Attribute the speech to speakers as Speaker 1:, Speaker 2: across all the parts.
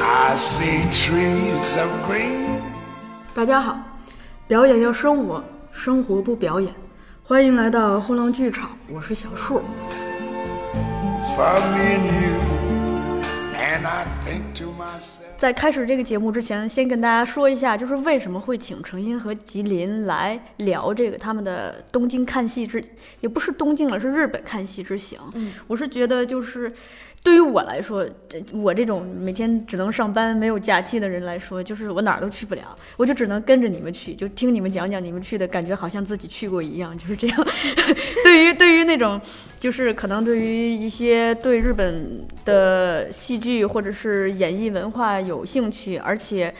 Speaker 1: I see trees of green.
Speaker 2: 大家好，表演要生活，生活不表演。欢迎来到后浪剧场，我是小树。
Speaker 1: For me and you. And I think to myself,
Speaker 2: 在开始这个节目之前，先跟大家说一下，就是为什么会请程音和吉林来聊这个他们的东京看戏之，也不是东京了，是日本看戏之行。我是觉得就是。对于我来说，这我这种每天只能上班没有假期的人来说，就是我哪儿都去不了，我就只能跟着你们去，就听你们讲讲你们去的感觉，好像自己去过一样，就是这样。对于对于那种，就是可能对于一些对日本的戏剧或者是演艺文化有兴趣，而且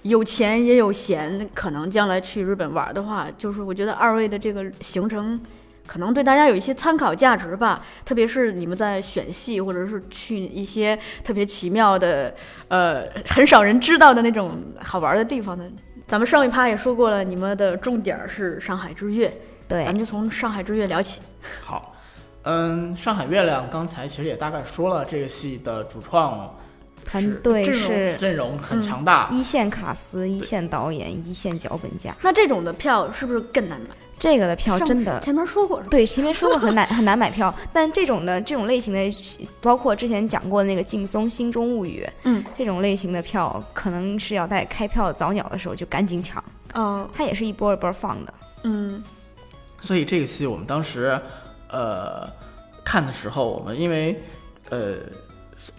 Speaker 2: 有钱也有闲，可能将来去日本玩的话，就是我觉得二位的这个行程。可能对大家有一些参考价值吧，特别是你们在选戏或者是去一些特别奇妙的、呃很少人知道的那种好玩的地方呢。咱们上一趴也说过了，你们的重点儿是上海之月，咱
Speaker 3: 对
Speaker 2: 们，就从上海之月聊起。
Speaker 4: 好，嗯，《上海月亮》刚才其实也大概说了，这个戏的主创
Speaker 3: 团队
Speaker 2: 阵容
Speaker 3: 是
Speaker 4: 阵容很强大，
Speaker 3: 一线卡司、一线导演、一线脚本家。
Speaker 2: 那这种的票是不是更难买？
Speaker 3: 这个的票
Speaker 2: 上
Speaker 3: 真的
Speaker 2: 前面说过是吧？
Speaker 3: 对，前面说过很难很难买票，但这种的这种类型的，包括之前讲过的那个劲松《心中物语》，
Speaker 2: 嗯，
Speaker 3: 这种类型的票可能是要在开票早鸟的时候就赶紧抢，
Speaker 2: 哦，
Speaker 3: 它也是一波一波放的。
Speaker 2: 嗯，
Speaker 4: 所以这个戏我们当时呃看的时候，我们因为呃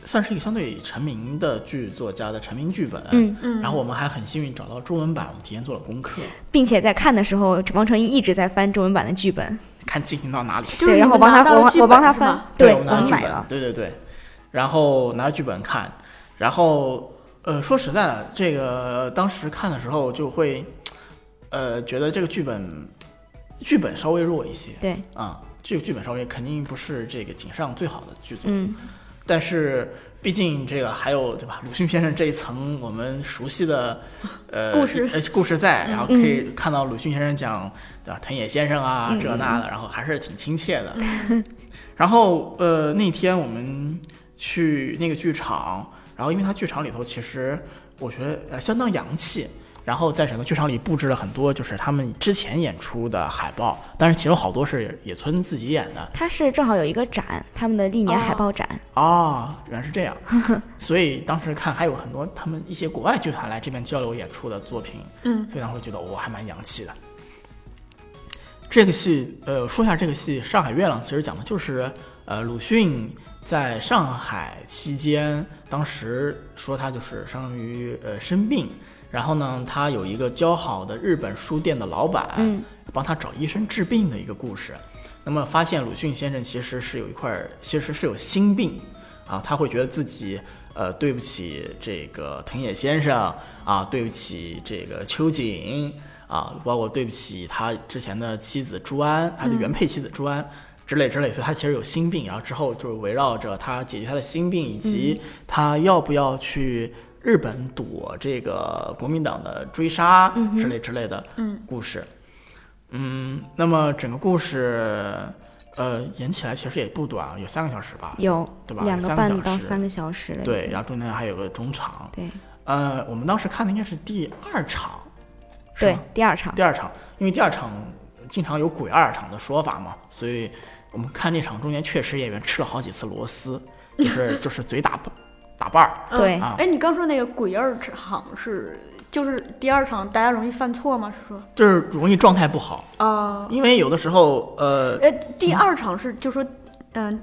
Speaker 4: 算算是一个相对成名的剧作家的成名剧本，
Speaker 3: 嗯
Speaker 2: 嗯
Speaker 4: 然后我们还很幸运找到中文版，我们提前做了功课，
Speaker 3: 并且在看的时候，王成义一直在翻中文版的剧本，
Speaker 4: 看进行到哪里。
Speaker 2: 就是
Speaker 3: 对，然后
Speaker 2: 你
Speaker 3: 我
Speaker 2: 们
Speaker 3: 帮
Speaker 2: 拿
Speaker 3: 他
Speaker 2: 到
Speaker 3: 我
Speaker 2: 了
Speaker 3: 帮
Speaker 2: 剧
Speaker 3: 我帮
Speaker 2: 本
Speaker 3: 他
Speaker 2: 是
Speaker 3: 翻
Speaker 2: 吧，
Speaker 3: 对，
Speaker 4: 我
Speaker 3: 我
Speaker 4: 们拿着
Speaker 3: 们
Speaker 4: 剧
Speaker 3: 买
Speaker 4: 本
Speaker 3: 了，，
Speaker 4: 对对对，然后拿着剧本看，然后呃，说实在的，这个当时看的时候就会，呃，觉得这个剧本剧本稍微弱一些
Speaker 3: 对，
Speaker 4: 啊、这个剧本稍微肯定不是这个井上最好的剧作，
Speaker 3: 嗯，
Speaker 4: 但是毕竟这个还有对吧，鲁迅先生这一层我们熟悉的呃
Speaker 2: 故事
Speaker 4: 呃故事
Speaker 3: 嗯
Speaker 4: 在，然后可以看到鲁迅先生讲对吧，藤野先生啊、
Speaker 3: 嗯
Speaker 4: 这那的，然后还是挺亲切的。然后呃那天我们去那个剧场，然后因为它剧场里头其实我觉得呃相当洋气。然后在整个剧场里布置了很多，就是他们之前演出的海报，但是其中好多是野村自己演的，
Speaker 3: 他是正好有一个展，他们的历年海报展，
Speaker 4: 哦，原来是这样，所以当时看还有很多他们一些国外剧团来这边交流演出的作品，
Speaker 2: 嗯，
Speaker 4: 所以当时会觉得我还蛮洋气的。这个戏，呃，说一下这个戏《上海月亮》，其实讲的就是，呃，鲁迅在上海期间，当时说他就是相当于呃生病，然后呢，他有一个交好的日本书店的老板，
Speaker 3: 嗯
Speaker 4: 帮他找医生治病的一个故事。那么发现鲁迅先生其实是有一块儿，其实是有心病啊，他会觉得自己呃对不起这个藤野先生啊，对不起这个秋瑾啊，包括对不起他之前的妻子朱安，他的原配妻子朱安。之类之类，所以他其实有心病，然后之后就是围绕着他解决他的心病，以及他要不要去日本躲这个国民党的追杀之类之类的故事。嗯，那么整个故事，呃，演起来其实也不短，有三个小时吧。
Speaker 3: 有
Speaker 4: 对吧
Speaker 3: 两个
Speaker 4: 三个
Speaker 3: 半
Speaker 4: 小
Speaker 3: 到
Speaker 4: 时
Speaker 3: 三个小时了已经，
Speaker 4: 对，然后中间还有个中场。
Speaker 3: 对
Speaker 4: 呃，我们当时看的应该是第二场，是
Speaker 3: 对
Speaker 4: 吗，
Speaker 3: 第二场
Speaker 4: 第二场，因为第二场经常有“鬼二场”的说法嘛，所以我们看那场中间确实演员吃了好几次螺丝，就是就是嘴打打瓣儿。
Speaker 2: 嗯
Speaker 3: 对
Speaker 4: 啊
Speaker 2: 哎，你刚说那个鬼二场是就是第二场大家容易犯错吗？是说
Speaker 4: 就是容易状态不好，
Speaker 2: 啊？
Speaker 4: 因为有的时候，呃，
Speaker 2: 呃，第二场是就说嗯。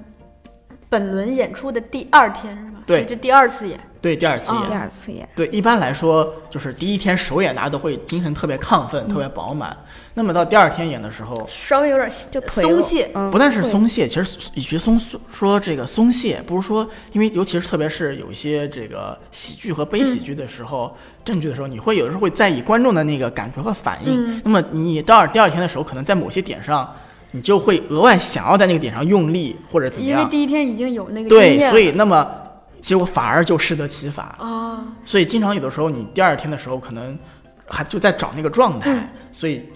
Speaker 2: 本轮演出的第二天是吧？
Speaker 4: 对
Speaker 2: 就第二次演。
Speaker 4: 对，第二次
Speaker 2: 啊
Speaker 4: 演
Speaker 3: 第二次演，
Speaker 4: 对，一般来说就是第一天首演大家都会精神特别亢奋、特别饱满，那么到第二天演的时候，
Speaker 2: 稍微有点
Speaker 3: 就腿
Speaker 2: 呃
Speaker 4: 哎
Speaker 2: 松
Speaker 3: 了
Speaker 2: 懈，
Speaker 3: 嗯
Speaker 4: 不但是
Speaker 3: 会
Speaker 4: 松懈，其实与其松说这个松懈，不如说，因为尤其是特别是有一些这个喜剧和悲
Speaker 2: 嗯
Speaker 4: 喜剧的时候，正剧的时候，你会有的时候会在意观众的那个感觉和反应。
Speaker 2: 嗯
Speaker 4: 那么你到第二天的时候，可能在某些点上，你就会额外想要在那个点上用力或者怎么
Speaker 2: 因为
Speaker 4: 样。
Speaker 2: 第一天已经有那个经
Speaker 4: 对，
Speaker 2: 验
Speaker 4: 所以那么结果反而就适得其反。
Speaker 2: 啊，
Speaker 4: 所以经常有的时候你第二天的时候可能还就在找那个状态，所以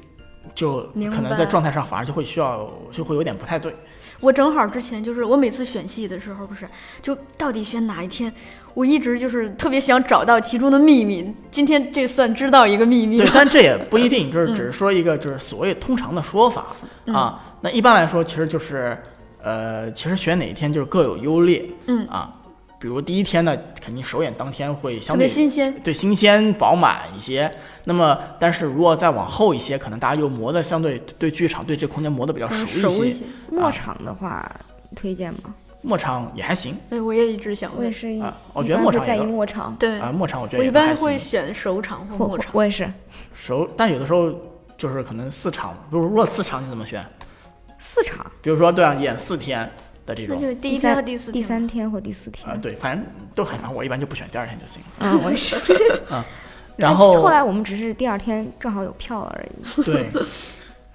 Speaker 4: 就
Speaker 2: 嗯明
Speaker 4: 可能
Speaker 2: 白
Speaker 4: 在状态上反而就会需要就会有点不太对。
Speaker 2: 我正好之前就是我每次选戏的时候，不是就到底选哪一天，我一直就是特别想找到其中的秘密。今天这算知道一个秘密
Speaker 4: 对，，但这也不一定，
Speaker 2: 嗯
Speaker 4: 就是只是说一个就是所谓通常的说法、啊。那一般来说，其实就是呃，其实选哪一天就是各有优劣，
Speaker 2: 嗯
Speaker 4: 啊。比如第一天呢，肯定首演当天会相
Speaker 2: 特别
Speaker 4: 对
Speaker 2: 新鲜
Speaker 4: 对新鲜饱满一些。那么，但是如果再往后一些，可能大家又磨的相对对剧场对这个空间磨的比较熟
Speaker 2: 嗯熟一些。
Speaker 4: 啊
Speaker 3: 末场的话，推荐吗？
Speaker 4: 末场也还行
Speaker 2: 对，我也一直想
Speaker 3: 我也
Speaker 2: 问。
Speaker 3: 是一，
Speaker 4: 啊我
Speaker 3: 一
Speaker 4: 觉得
Speaker 3: 般
Speaker 4: 末
Speaker 3: 会
Speaker 4: 场
Speaker 3: 在
Speaker 4: 也
Speaker 3: 意
Speaker 4: 都
Speaker 3: 末场，
Speaker 2: 对，
Speaker 4: 啊。末场我觉
Speaker 2: 嗯
Speaker 4: 得
Speaker 2: 我
Speaker 4: 也
Speaker 2: 一
Speaker 4: 都还
Speaker 2: 般
Speaker 4: 行
Speaker 2: 会选首场或
Speaker 3: 我
Speaker 2: 末
Speaker 3: 我
Speaker 2: 场。
Speaker 3: 我也是
Speaker 4: 熟，但有的时候就是可能四场，比如如果四场你怎么选？
Speaker 3: 四场，
Speaker 4: 比如说对啊，演四天的这
Speaker 2: 那
Speaker 4: 种
Speaker 2: 就第一
Speaker 3: 三
Speaker 2: 天和第四
Speaker 3: 第
Speaker 2: 天。
Speaker 3: 三天或第四天
Speaker 4: 啊、。对，反正都很烦。我一般就不选第二天就行了。啊
Speaker 3: 嗯，我也 是。
Speaker 4: 然
Speaker 3: 但是
Speaker 4: 后
Speaker 3: 后来我们只是第二天正好有票了而已。
Speaker 4: 对，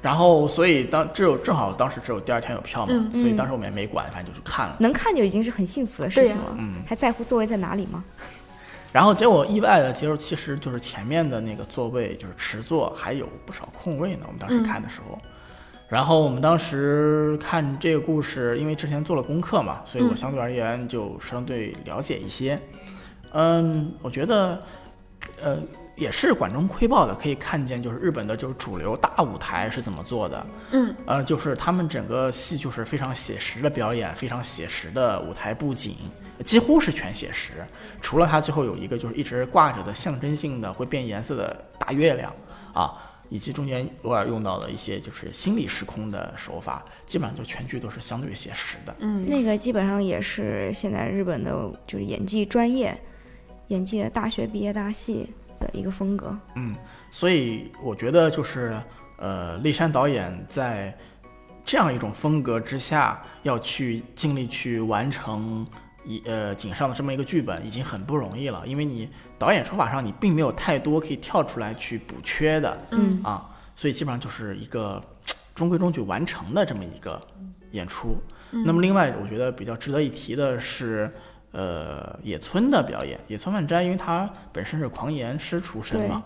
Speaker 4: 然后所以当只有正好当时只有第二天有票嘛，
Speaker 2: 嗯
Speaker 4: 所以当时我们也没管，反正就去看了。
Speaker 3: 能看就已经是很幸福的事情
Speaker 2: 对啊
Speaker 3: 了，
Speaker 4: 嗯
Speaker 3: 还在乎座位在哪里吗？
Speaker 4: 然后结果意外的，其实其实就是前面的那个座位就是迟座，还有不少空位呢。我们当时看的时候，然后我们当时看这个故事，因为之前做了功课嘛，所以我相对而言就相对了解一些。嗯，我觉得，呃，也是管中窥豹的，可以看见就是日本的就是主流大舞台是怎么做的。
Speaker 2: 嗯，
Speaker 4: 呃，就是他们整个戏就是非常写实的表演，非常写实的舞台布景，几乎是全写实，除了它最后有一个就是一直挂着的象征性的会变颜色的大月亮啊，以及中间偶尔用到的一些就是心理时空的手法，基本上就全剧都是相对写实的。
Speaker 2: 嗯
Speaker 3: 那个基本上也是现在日本的，就是演技专业、演技的大学毕业大系的一个风格。
Speaker 4: 所以我觉得就是呃，立山导演在这样一种风格之下，要去尽力去完成一呃井上的这么一个剧本，已经很不容易了，因为你导演手法上你并没有太多可以跳出来去补缺的，
Speaker 2: 嗯
Speaker 4: 啊，所以基本上就是一个中规中矩完成的这么一个演出。那么另外，我觉得比较值得一提的是。呃，野村的表演，野村万斋，因为他本身是狂言师出身嘛，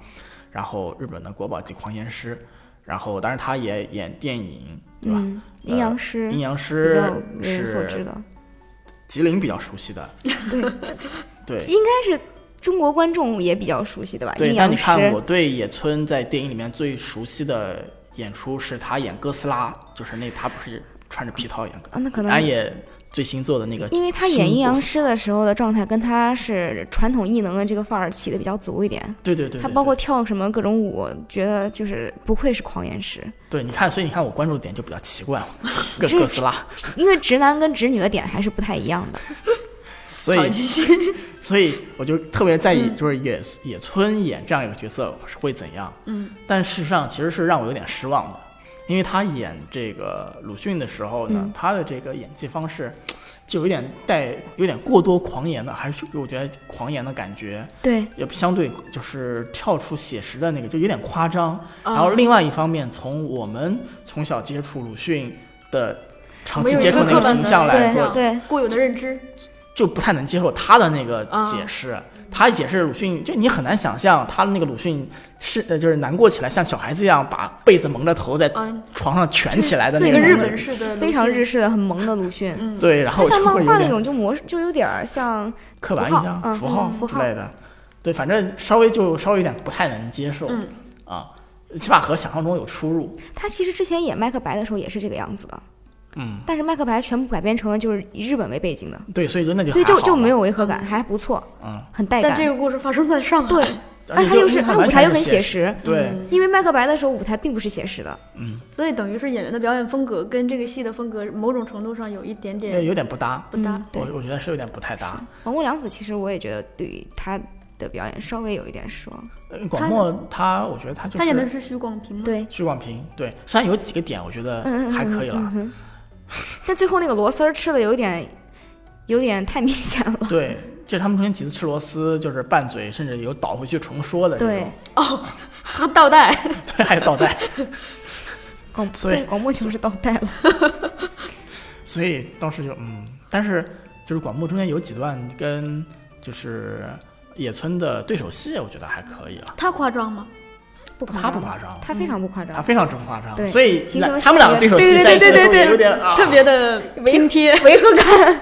Speaker 4: 然后日本的国宝级狂言师，然后当然他也演电影，对吧？呃
Speaker 3: 嗯，阴阳师
Speaker 4: 阴阳
Speaker 3: 比较
Speaker 4: 师
Speaker 3: 为人所知
Speaker 4: 是
Speaker 3: 的，
Speaker 4: 吉林比较熟悉的，
Speaker 3: 对，
Speaker 4: 对
Speaker 3: 应该是中国观众也比较熟悉的吧？
Speaker 4: 对。
Speaker 3: 阴
Speaker 4: 但你
Speaker 3: 阳
Speaker 4: 看，
Speaker 3: 师
Speaker 4: 我对野村在电影里面最熟悉的演出是他演哥斯拉，就是那他不是穿着皮套演哥
Speaker 3: 啊，那可能
Speaker 4: 安野最新做的那个，
Speaker 3: 因为他演阴阳，师的时候的状态跟他是传统异能的这个范儿起的比较足一点，
Speaker 4: 对对对，
Speaker 3: 他
Speaker 4: 对
Speaker 3: 包括
Speaker 4: 对
Speaker 3: 跳什么各种舞，觉得就是不愧是狂言师，
Speaker 4: 对，你看，所以你看我关注的点就比较奇怪嘛， 跟
Speaker 3: 这
Speaker 4: 哥斯拉，
Speaker 3: 因为直男跟直女的点还是不太一样的。
Speaker 4: 所以 所以我就特别在意，就是野、野村演这样一个角色会怎样。嗯，但事实上其实是让我有点失望的，因为他演这个鲁迅的时候呢，他的这个演技方式就有点带有点过多狂言的，啊还是给我觉得狂言的感觉。
Speaker 3: 对，
Speaker 4: 也相对就是跳出写实的那个，就有点夸张。然后另外一方面，从我们从小接触鲁迅的长期接触那个形象来说
Speaker 3: 对，对，
Speaker 2: 固有的认知，
Speaker 4: 就不太能接受他的那个
Speaker 2: 啊
Speaker 4: 解释。他解释鲁迅，就你很难想象他的那个鲁迅是呃，就是难过起来像小孩子一样把被子蒙着头
Speaker 3: 啊
Speaker 4: 在
Speaker 2: 嗯
Speaker 4: 床上蜷起来的那
Speaker 2: 一
Speaker 3: 对
Speaker 2: 个
Speaker 4: 种
Speaker 2: 日
Speaker 3: 对
Speaker 2: 本式的，
Speaker 3: 非常日，式的很萌的鲁迅，
Speaker 2: 嗯，
Speaker 4: 对，然
Speaker 3: 他
Speaker 4: 后
Speaker 3: 像
Speaker 4: 就
Speaker 3: 漫
Speaker 4: 会有
Speaker 3: 画那
Speaker 4: 点
Speaker 3: 种就模式，就有点儿像
Speaker 4: 刻板
Speaker 3: 符号
Speaker 4: 印象、
Speaker 3: 嗯
Speaker 4: 符号
Speaker 3: 嗯符
Speaker 4: 之
Speaker 3: 号
Speaker 4: 类的，对，反正稍微就稍微有点不太能接受
Speaker 2: 嗯
Speaker 4: 啊，起码和想象中有出入。
Speaker 3: 他其实之前演《麦克白》的时候也是这个样子的，
Speaker 4: 嗯，
Speaker 3: 但是《麦克白》全部改编成了就是以日本为背景的，
Speaker 4: 对，所以就那就
Speaker 3: 所以就
Speaker 4: 还好
Speaker 3: 就没
Speaker 4: 嘛，
Speaker 3: 有违和感，还不错，
Speaker 4: 嗯，
Speaker 3: 很带
Speaker 2: 但这
Speaker 3: 感。
Speaker 2: 个故事发生在上海，
Speaker 3: 对，
Speaker 4: 而
Speaker 3: 哎，
Speaker 4: 且
Speaker 3: 他又
Speaker 4: 就是它
Speaker 3: 哎，
Speaker 4: 完
Speaker 3: 舞
Speaker 4: 全
Speaker 3: 台又
Speaker 4: 是
Speaker 3: 很
Speaker 4: 写
Speaker 3: 写实，
Speaker 4: 对，
Speaker 3: 因为《麦克白》的时候舞台并不是写实的，
Speaker 2: 所以等于是演员的表演风格跟这个戏的风格某种程度上有一点
Speaker 4: 那
Speaker 2: 点
Speaker 4: 有点不搭，
Speaker 2: 不搭
Speaker 3: 嗯。对
Speaker 4: 我我觉得是有点不太搭。
Speaker 3: 王国良子其实我也觉得对于他的表演稍微有一点失望。
Speaker 4: 呃广末他，我觉得他就是
Speaker 2: 他演的是徐广平吗？
Speaker 3: 对，
Speaker 4: 徐广平，对，虽然有几个点我觉得
Speaker 3: 嗯，
Speaker 4: 还可以
Speaker 3: 嗯
Speaker 4: 了，
Speaker 3: 哼但最后那个螺丝儿吃的有点，有点太明显了。
Speaker 4: 对，就是他们中间几次吃螺丝，就是拌嘴，甚至有倒回去重说的这
Speaker 3: 对
Speaker 4: 种，，
Speaker 2: 他倒带，
Speaker 4: 对，还有倒带，
Speaker 3: 广
Speaker 4: 所以
Speaker 3: 对广播球是倒带了。
Speaker 4: 所以当时就嗯，但是就是广播中间有几段跟就是野村的对手戏，我觉得还可以了。
Speaker 2: 他夸张吗？
Speaker 3: 不夸张，
Speaker 4: 他不夸张嗯啊
Speaker 3: 他非常不夸张，
Speaker 4: 他非常之夸张，
Speaker 3: 嗯对
Speaker 4: 所以
Speaker 3: 形成了
Speaker 4: 他们两个对手
Speaker 3: 对
Speaker 4: 戏
Speaker 3: 对
Speaker 4: 在一起
Speaker 3: 对
Speaker 4: 的时候
Speaker 3: 对
Speaker 4: 也有
Speaker 3: 对
Speaker 4: 点啊，
Speaker 2: 特别的拼贴。
Speaker 3: 违和感。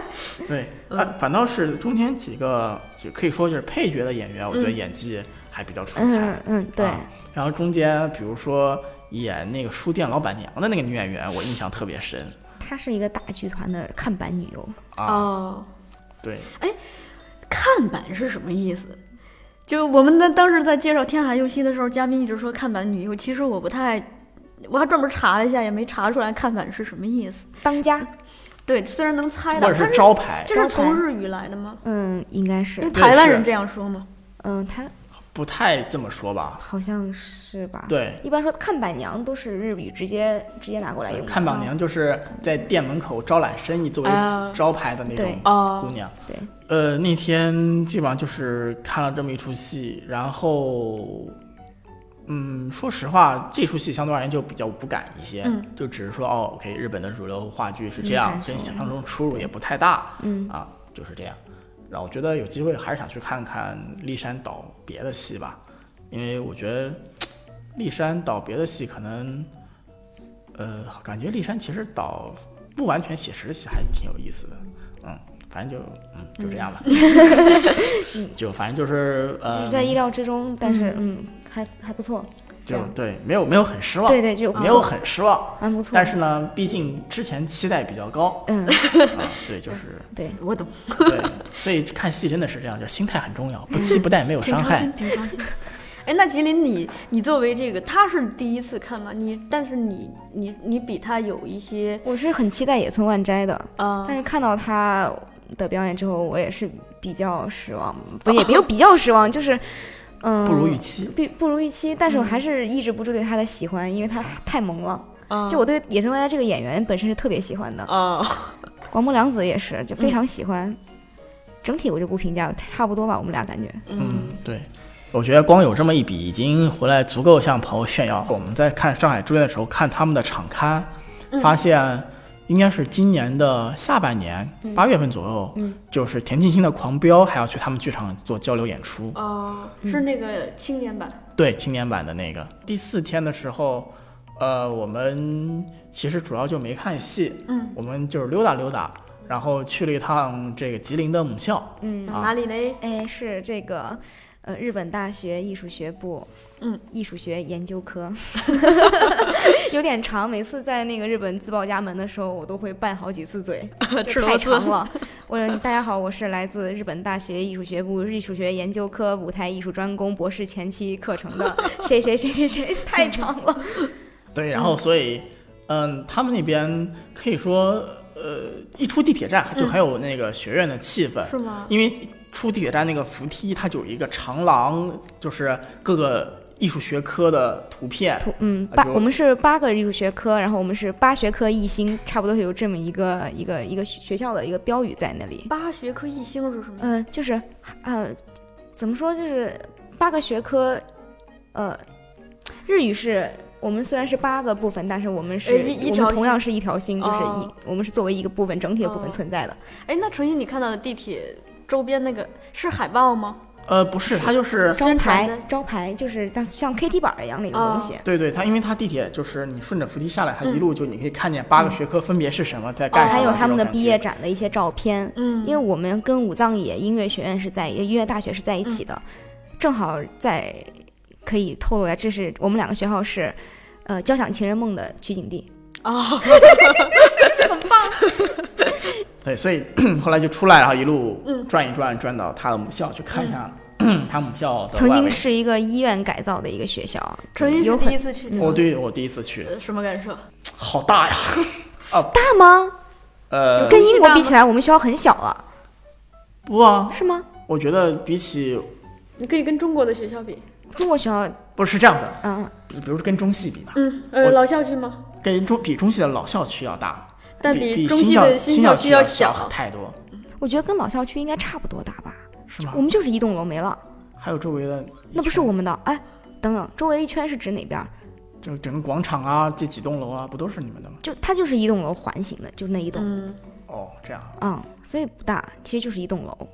Speaker 4: 对，
Speaker 3: 嗯
Speaker 4: 那反倒是中间几个就可以说就是配角的演员，我觉得演技还比较出彩。
Speaker 3: 嗯嗯，对，
Speaker 4: 啊然后中间比如说演那个书店老板娘的那个女演员，我印象特别深
Speaker 3: 她是一个大剧团的看板女优，
Speaker 4: 啊。
Speaker 2: 哦，
Speaker 4: 对，
Speaker 2: 看板是什么意思？就我们的当时在介绍《天海佑希》的时候，嘉宾一直说看板女优，其实我不太，我还专门查了一下，也没查出来看板是什么意思。
Speaker 3: 当家，
Speaker 2: 对，虽然能猜
Speaker 4: 或
Speaker 2: 到，
Speaker 4: 者
Speaker 2: 但
Speaker 4: 是
Speaker 2: 是
Speaker 4: 招牌，
Speaker 2: 这是
Speaker 3: 招
Speaker 2: 从
Speaker 3: 牌
Speaker 2: 日语来的吗？
Speaker 3: 嗯，应该是
Speaker 2: 用，台湾
Speaker 4: 是
Speaker 2: 人这样说吗？
Speaker 3: 嗯，她
Speaker 4: 不太这么说吧？
Speaker 3: 好像是吧？，
Speaker 4: 对，
Speaker 3: 一般说看板娘都是日语直接直接拿过来用的。
Speaker 4: 看板娘就是在店门口招揽生意作为
Speaker 2: 啊
Speaker 4: 招牌的那种
Speaker 3: 对
Speaker 2: 哦
Speaker 4: 姑娘。
Speaker 3: 对，
Speaker 4: 呃，那天基本上就是看了这么一出戏，然后，嗯，说实话，这出戏相对而言就比较无感一些，
Speaker 2: 嗯
Speaker 4: 就只是说哦，OK，日本的主流话剧是
Speaker 3: 没
Speaker 4: 这样
Speaker 3: 嗯感，受
Speaker 4: 跟想象中出入也不太大，
Speaker 3: 嗯
Speaker 4: 啊，就是这样。然后我觉得有机会还是想去看看立山岛别的戏吧，因为我觉得立山岛别的戏可能，呃，感觉立山其实岛不完全写实的戏还挺有意思的，嗯，反正就嗯就这样 吧， 就反正就是
Speaker 3: 啊就
Speaker 4: 呃
Speaker 3: 是，在意料之中，但是嗯，还还不错，这
Speaker 4: 就
Speaker 3: 样
Speaker 4: 对，没有没有很失望，
Speaker 3: 对对就不
Speaker 4: 没有
Speaker 3: 错
Speaker 4: 很失望，
Speaker 3: 蛮不错。，
Speaker 4: 但是呢，毕竟之前期待比较高
Speaker 3: 嗯，
Speaker 4: 啊，所以就是
Speaker 3: 对，
Speaker 2: 我懂，
Speaker 4: 对，所以看戏真的是这样，就是心态很重要，不期不待没有
Speaker 2: 挺
Speaker 4: 伤
Speaker 2: 伤
Speaker 4: 害
Speaker 2: 心，。挺伤心。哎，那吉林你，你作为这个，他是第一次看吗？你，但是你，你，你比他有一些，
Speaker 3: 我是很期待野村万斋的，
Speaker 2: 呃，
Speaker 3: 但是看到他的表演之后，我也是比较失望，不也没有比较失 望，就是嗯，
Speaker 4: 不如预期。
Speaker 3: 不不如预期，但是我还是抑制不住对他的喜欢，因为他太萌了。
Speaker 2: 呃
Speaker 3: 就我对野村万斋这个演员本身是特别喜欢的，
Speaker 2: 啊、
Speaker 3: 广木凉子也是，就非常喜欢。整体我就不评价，差不多吧，我们俩感觉。
Speaker 4: 嗯，对，我觉得光有这么一笔已经回来足够向朋友炫耀。我们在看上海追的时候，看他们的场刊，发现应该是今年的下半年八、月份左右，就是田沁鑫的《狂飙》还要去他们剧场做交流演出。
Speaker 2: 哦，是那个青年版，
Speaker 4: 对青年版的那个。第四天的时候，呃，我们其实主要就没看戏，
Speaker 2: 嗯，
Speaker 4: 我们就是溜达溜达，然后去了一趟这个吉林的母校，
Speaker 3: 嗯，
Speaker 4: 啊
Speaker 2: 哪里嘞？
Speaker 3: 哎，是这个，呃，日本大学艺术学部，
Speaker 2: 嗯，
Speaker 3: 艺术学研究科， 有点长。每次在那个日本自报家门的时候，我都会拌好几次 嘴，
Speaker 2: 吃
Speaker 3: 就
Speaker 2: 螺
Speaker 3: 太
Speaker 2: 丝
Speaker 3: 长了。我说大家好，我是来自日本大学艺术学部艺术学研究科舞台艺术专攻博士前期课程 的谁谁谁谁谁，太长了。
Speaker 4: 对，然后所以，嗯，他们那边可以说，呃，一出地铁站
Speaker 3: 嗯
Speaker 4: 就很有那个学院的气氛，
Speaker 2: 是吗
Speaker 4: 因为出地铁站那个扶梯，它就有一个长廊，就是各个艺术学科的图片，
Speaker 3: 图嗯，
Speaker 4: 啊
Speaker 3: 八
Speaker 4: 就
Speaker 3: 我们是八个艺术学科，然后我们是八学科一星，差不多有这么一个一个一个学校的一个标语在那里。
Speaker 2: 八学科一星是什么？
Speaker 3: 嗯，就是呃，怎么说，就是八个学科，呃，日语是我们虽然是八个部分，但是我们
Speaker 2: 呃
Speaker 3: 是
Speaker 2: 一一
Speaker 3: 我
Speaker 2: 条
Speaker 3: 们
Speaker 2: 心
Speaker 3: 同样是一条心，就是一、
Speaker 2: 哦
Speaker 3: 我们是作为一个部分整体的部
Speaker 2: 哦
Speaker 3: 分存在的。
Speaker 2: 哎，那纯一，你看到的地铁周边那个是海报吗？
Speaker 4: 呃，不是，它就是
Speaker 3: 招
Speaker 2: 宣传
Speaker 3: 牌
Speaker 2: 的
Speaker 3: 招牌就是像像 KT 板儿一样那种
Speaker 2: 哦
Speaker 3: 东西。
Speaker 4: 对对，它因为它地铁就是你顺着扶梯下来，它一路就你可以看见八个学科分别是什么在干
Speaker 3: 嗯
Speaker 4: 什么，
Speaker 3: 哦还有他们的
Speaker 4: 这种感觉
Speaker 3: 毕业展的一些照片，
Speaker 2: 嗯
Speaker 3: 因为我们跟武藏野音乐学院是在音乐大学是
Speaker 2: 嗯
Speaker 3: 在一起的，正好在可以透露一下，这是我们两个学校是，呃，交响情人梦的取景地，
Speaker 2: 哦，
Speaker 4: 对，所以 后来就出来，然后一路
Speaker 3: 嗯
Speaker 4: 转一转，转到他的母校去看一下 他母校的
Speaker 3: 曾
Speaker 4: 呃外
Speaker 3: 经
Speaker 4: 围。
Speaker 3: 是一个医院改造的一个学校，
Speaker 2: 纯一是
Speaker 3: 有
Speaker 2: 第一
Speaker 3: 很嗯
Speaker 2: 次去对吧
Speaker 4: 我对我第一次去，
Speaker 2: 呃什么感受？
Speaker 4: 好大呀！
Speaker 3: 大吗？
Speaker 4: 呃，
Speaker 3: 跟英国比起来，我们学校很小了，
Speaker 4: 不啊，
Speaker 3: 是吗？
Speaker 4: 我觉得比起
Speaker 2: 你可以跟中国的学校比，
Speaker 3: 中国学校，
Speaker 4: 不是是这样子，
Speaker 3: 嗯，
Speaker 4: 比比如说跟中戏比嘛，
Speaker 2: 嗯，呃，
Speaker 4: 我
Speaker 2: 老校区吗？
Speaker 4: 跟中比中戏的老校区要大，
Speaker 2: 但
Speaker 4: 比
Speaker 2: 比中
Speaker 4: 新
Speaker 2: 戏
Speaker 4: 校
Speaker 2: 的新
Speaker 4: 新
Speaker 2: 校区
Speaker 4: 区
Speaker 2: 要
Speaker 4: 小
Speaker 2: 小
Speaker 4: 太多，
Speaker 3: 我觉得跟老校区应该差不多大吧，
Speaker 4: 是吗
Speaker 3: 我？们就是一栋楼没了，
Speaker 4: 还有周围的一圈，
Speaker 3: 那不是我们的，哎，等等，周围一圈是指哪边儿？
Speaker 4: 整整个广场啊，这几栋楼啊，不都是你们的吗？
Speaker 3: 就它就是一栋楼环形的，就那一栋，
Speaker 2: 嗯，
Speaker 4: 哦，这样，
Speaker 3: 嗯，所以不大，其实就是一栋楼。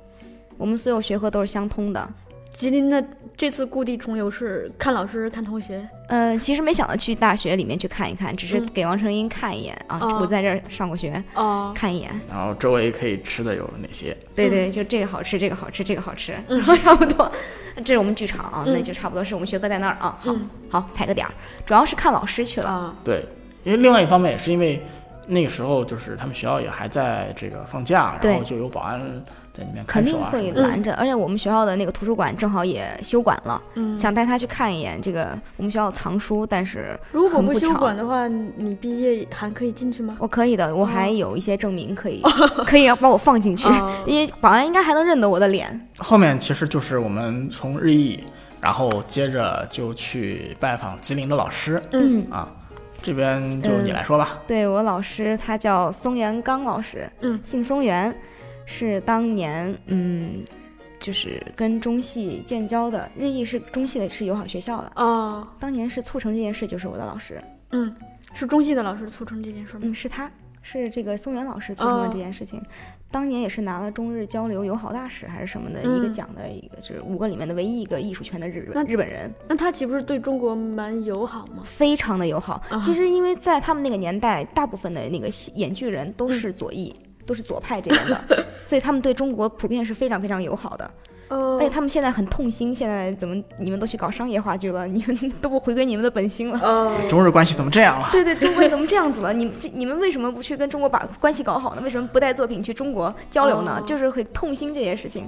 Speaker 3: 我们所有学科都是相通的，
Speaker 2: 吉林的这次故地重游是看老师看同学，
Speaker 3: 呃，其实没想到去大学里面去看一看，只是
Speaker 2: 嗯
Speaker 3: 给王成英看一眼啊，
Speaker 2: 哦
Speaker 3: 我在这儿上过学，
Speaker 2: 哦，嗯
Speaker 3: 看一眼。
Speaker 4: 然后周围可以吃的有哪些？
Speaker 3: 对对，就这个好吃，这个好吃，这个好吃，然后 差不多。这是我们剧场啊，那
Speaker 2: 嗯
Speaker 3: 就差不多是我们学科在那儿啊。好，好，踩个点儿，主要是看老师去了。
Speaker 2: 啊，
Speaker 4: 对，因为另外一方面也是因为那个时候就是他们学校也还在这个放假，
Speaker 3: 对
Speaker 4: 然后就有保安在里面
Speaker 3: 肯
Speaker 4: 看
Speaker 3: 定
Speaker 4: 守啊什
Speaker 3: 会
Speaker 4: 么的。
Speaker 2: 嗯
Speaker 3: 拦着，而且我们学校的那个图书馆正好也休馆了，
Speaker 2: 嗯
Speaker 3: 想带他去看一眼这个我们学校的藏书，但是
Speaker 2: 如果
Speaker 3: 很
Speaker 2: 不
Speaker 3: 不
Speaker 2: 休
Speaker 3: 巧
Speaker 2: 馆的话，你你毕业还可以进去吗？
Speaker 3: 我可以的，我还有一些证明可以，可以把我放进去
Speaker 2: 哦，
Speaker 3: 因为保安应该还能认得我的脸。
Speaker 4: 后面其实就是我们从日益，然后接着就去拜访吉林的老师
Speaker 2: 嗯
Speaker 4: 啊，这边就你来说吧。
Speaker 3: 对我老师，他叫松原刚老师，
Speaker 2: 嗯
Speaker 3: 姓松原，是当年嗯，就是跟中戏建交的，日艺是中戏的是友好学校的，
Speaker 2: 哦，
Speaker 3: 当年是促成这件事就是我的老师，
Speaker 2: 嗯，是中戏的老师促成这件事吗？
Speaker 3: 嗯，是他，是这个松原老师促成了这件事情。当年也是拿了中日交流友好大使还是什么的一个
Speaker 2: 嗯
Speaker 3: 奖的一个，就是五个里面的唯一一个艺术圈的日
Speaker 2: 那
Speaker 3: 本日本人，
Speaker 2: 那他岂不是对中国蛮友好 吗？
Speaker 3: 非常的友好。
Speaker 2: 啊
Speaker 3: 其实因为在他们那个年代，大部分的那个戏演剧人都
Speaker 2: 嗯
Speaker 3: 是左翼。都是左派这边 的，所以他们对中国普遍是非常非常友好的，
Speaker 2: 哦
Speaker 3: 而且他们现在很痛心，现在怎么你们都去搞商业话剧了，你们 都不回归你们的本心了。
Speaker 2: 哦，
Speaker 4: 中日关系怎么这样了？
Speaker 3: 对对，中国怎么这样子了？你们这你们为什么不去跟中国把关系搞好呢？为什么不带作品去中国交流呢？
Speaker 2: 哦
Speaker 3: 就是会痛心这些 事情。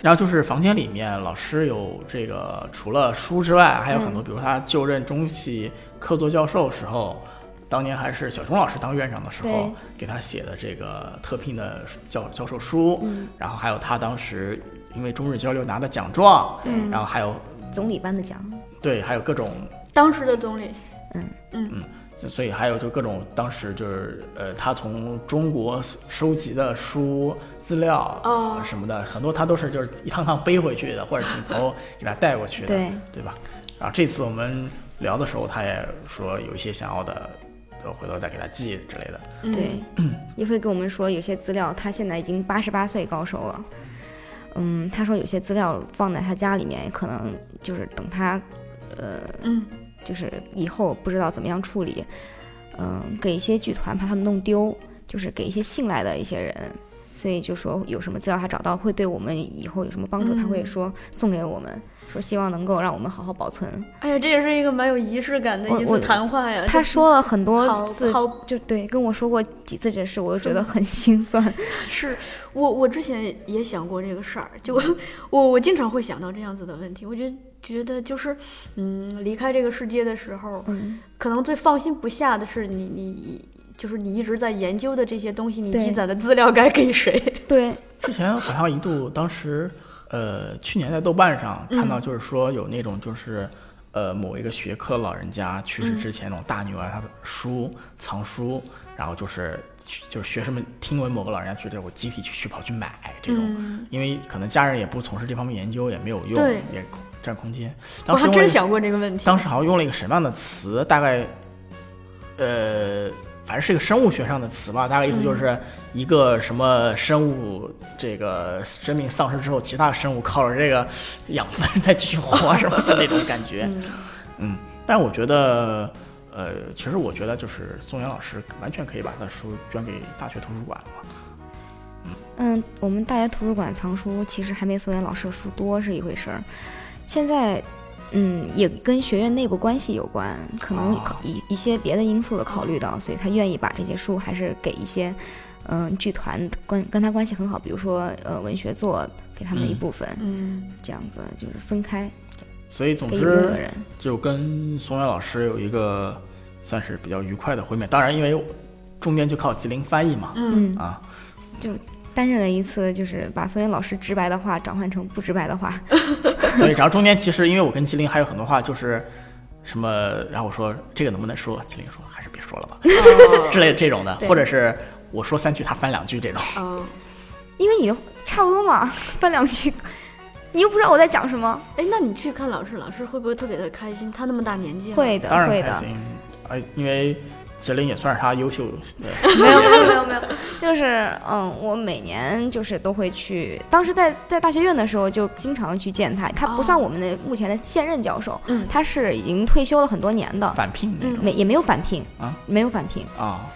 Speaker 4: 然后就是房间里面，老师有这个除了书之外，还有很多，比如他就任中戏客座教授时候，当年还是小钟老师当院长的时候
Speaker 3: 对，
Speaker 4: 给他写的这个特聘的教教授书，然后还有他当时因为中日交流拿的奖状，然后还有
Speaker 3: 总理颁的奖，
Speaker 4: 对，还有各种，
Speaker 2: 当时的总理，
Speaker 4: 所以还有就各种当时就是呃，他从中国收集的书。资料啊
Speaker 2: 哦
Speaker 4: 什么的，很多他都是就是一趟趟背回去的，或者请朋友给他带过去的。
Speaker 3: 对，
Speaker 4: 对吧？然后这次我们聊的时候，他也说有一些想要的，就回头再给他寄之类的。
Speaker 2: 嗯
Speaker 3: 对，也会跟我们说有些资料，他现在已经八十八岁高寿了。嗯，他说有些资料放在他家里面，可能就是等他，呃，
Speaker 2: 嗯，
Speaker 3: 就是以后不知道怎么样处理。嗯，给一些剧团怕他们弄丢，就是给一些信赖的一些人，所以就说有什么资料他找到会对我们以后有什么帮助，他会说
Speaker 2: 嗯
Speaker 3: 送给我们，说希望能够让我们好好保存。
Speaker 2: 哎呀，这也是一个蛮有仪式感的
Speaker 3: 我
Speaker 2: 一次
Speaker 3: 我
Speaker 2: 谈话呀。
Speaker 3: 他
Speaker 2: 就
Speaker 3: 说了很多
Speaker 2: 呃好
Speaker 3: 次
Speaker 2: 好，
Speaker 3: 就对跟我说过几次这事，我就觉得很心酸。
Speaker 2: 是我，我之前也想过这个事儿，就
Speaker 3: 嗯
Speaker 2: 我我经常会想到这样子的问题，我就觉得就是，嗯，离开这个世界的时候，
Speaker 3: 嗯
Speaker 2: 可能最放心不下的是你你就是你一直在研究的这些东西，你
Speaker 3: 对
Speaker 2: 积攒的资料该给谁？
Speaker 3: 对，
Speaker 4: 之前好像一度，当时呃，去年在豆瓣上
Speaker 2: 嗯
Speaker 4: 看到，就是说有那种就是。呃，某一个学科老人家去
Speaker 2: 嗯
Speaker 4: 世之前，那种大牛啊，他的书藏书，然后就是就是学生们听闻某个老人家去世，我集体去去跑去买这种，因为可能家人也不从事这方面研究，也没有用，
Speaker 2: 嗯对
Speaker 4: 也占空间。
Speaker 2: 我
Speaker 4: 当时
Speaker 2: 还
Speaker 4: 因
Speaker 2: 真
Speaker 4: 为
Speaker 2: 想过这个问题。
Speaker 4: 当时好像用了一个什么样的词？大概，呃，反正是一个生物学上的词吧。大概意思
Speaker 3: 嗯
Speaker 4: 就是一个什么生物，这个生命丧失之后，其他生物靠着这个养分 再继续活什么的那种感觉。嗯，但我觉得，呃，其实我觉得就是宋元老师完全可以把他的书捐给大学图书馆了。
Speaker 3: 嗯，我们大学图书馆藏书其实还没宋元老师的书多是一回事儿，现在。嗯，也跟学院内部关系有关，可能
Speaker 4: 哦
Speaker 3: 一一些别的因素的考虑到，所以他愿意把这些书还是给一些，嗯、剧团关跟他关系很好，比如说呃文学作给他们一
Speaker 4: 嗯
Speaker 3: 部分，
Speaker 2: 嗯，
Speaker 3: 这样子就是分开
Speaker 4: 所以总
Speaker 3: 给有用的
Speaker 4: 之，
Speaker 3: 人。
Speaker 4: 就跟宋元老师有一个算是比较愉快的会面。当然，因为中间就靠吉林翻译嘛。
Speaker 3: 嗯，
Speaker 4: 啊，
Speaker 3: 担任了一次就是把宋元老师直白的话转换成不直白的话，
Speaker 4: 对，然后中间其实因为我跟麒麟还有很多话，就是什么，然后我说这个能不能说，麒麟说还是别说了吧
Speaker 2: 哦
Speaker 4: 之类的这种的，
Speaker 3: 对
Speaker 4: 或者是我说三句他翻两句这种，
Speaker 2: 啊，
Speaker 3: 因为你的差不多嘛， 翻两句，你又不知道我在讲什么。
Speaker 2: 哎，那你去看老师，老师会不会特别的开心？他那么大年纪了，
Speaker 3: 会的
Speaker 4: 当，然
Speaker 3: 会
Speaker 4: 开
Speaker 3: 的，
Speaker 4: 心。而因为杰林也算是他优秀的
Speaker 3: 没有没有没有没有，就是嗯，我每年就是都会去，当时在在大学院的时候就经常去见他，他不算我们的目前的现任教授，
Speaker 2: 嗯
Speaker 3: 他是已经退休了很多年的，嗯
Speaker 4: 反聘那种
Speaker 3: 没也没有返聘
Speaker 4: 啊，
Speaker 3: 没有返聘，
Speaker 4: 啊。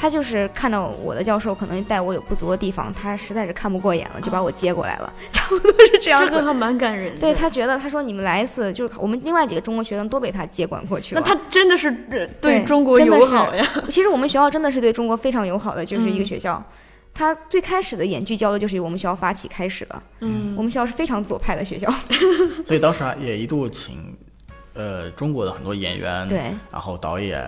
Speaker 3: 他就是看到我的教授可能带我有不足的地方，他实在是看不过眼了，就把我接过来了， 差不多是这样
Speaker 2: 啊这
Speaker 3: 子。
Speaker 2: 个还蛮感人的。
Speaker 3: 对他觉得，他说你们来一次，就是我们另外几个中国学生都被他接管过去
Speaker 2: 那
Speaker 3: 了。
Speaker 2: 他真的是呃对
Speaker 3: 对
Speaker 2: 中国
Speaker 3: 真的
Speaker 2: 友
Speaker 3: 是
Speaker 2: 好呀。
Speaker 3: 其实我们学校真的是对中国非常友好的，就是一个
Speaker 2: 嗯
Speaker 3: 学校。他最开始的演剧交流就是由我们学校发起开始的。
Speaker 2: 嗯
Speaker 3: 我们学校是非常左派的学校。
Speaker 4: 所以当时啊也一度请，呃，中国的很多演员，
Speaker 3: 对，
Speaker 4: 然后导演、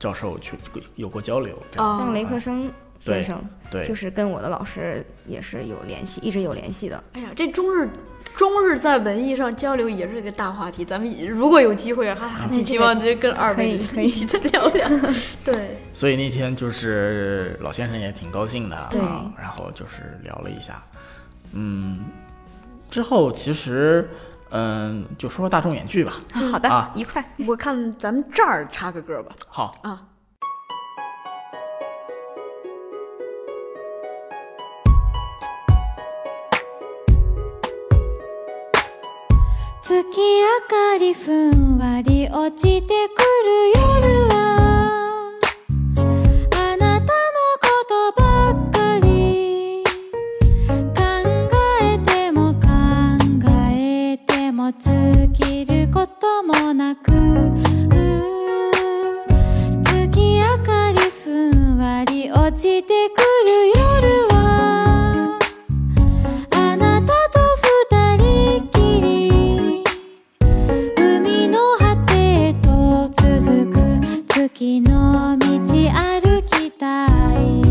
Speaker 4: 教授去有过交流，这样
Speaker 2: 哦
Speaker 4: 子
Speaker 3: 像雷克
Speaker 4: 啊
Speaker 3: 生
Speaker 4: 对
Speaker 3: 先生，
Speaker 4: 对，
Speaker 3: 哦就是跟我的老师也是有联系，一直有联系的。
Speaker 2: 哎呀，这中日中日在文艺上交流也是个大话题，咱们如果有机会啊，还 还挺希望这跟二位
Speaker 3: 可以可以
Speaker 2: 一起再聊聊。对，
Speaker 4: 所以那天就是老先生也挺高兴的
Speaker 3: 对
Speaker 4: 啊，然后就是聊了一下，嗯，之后其实嗯，就说说大众演剧吧。
Speaker 3: 啊
Speaker 2: 嗯
Speaker 3: 好的，
Speaker 4: 啊
Speaker 3: 愉快。
Speaker 2: 我看咱们这儿插个歌吧。
Speaker 4: 好，
Speaker 2: 啊。
Speaker 5: 月明かりふんわり落ちてくる夜はあなたのことばっかり考えても考えても尽きることもなく月明かりふんわり落ちてくる夜はあなたと二人きり海の果てへと続く月の道歩きたい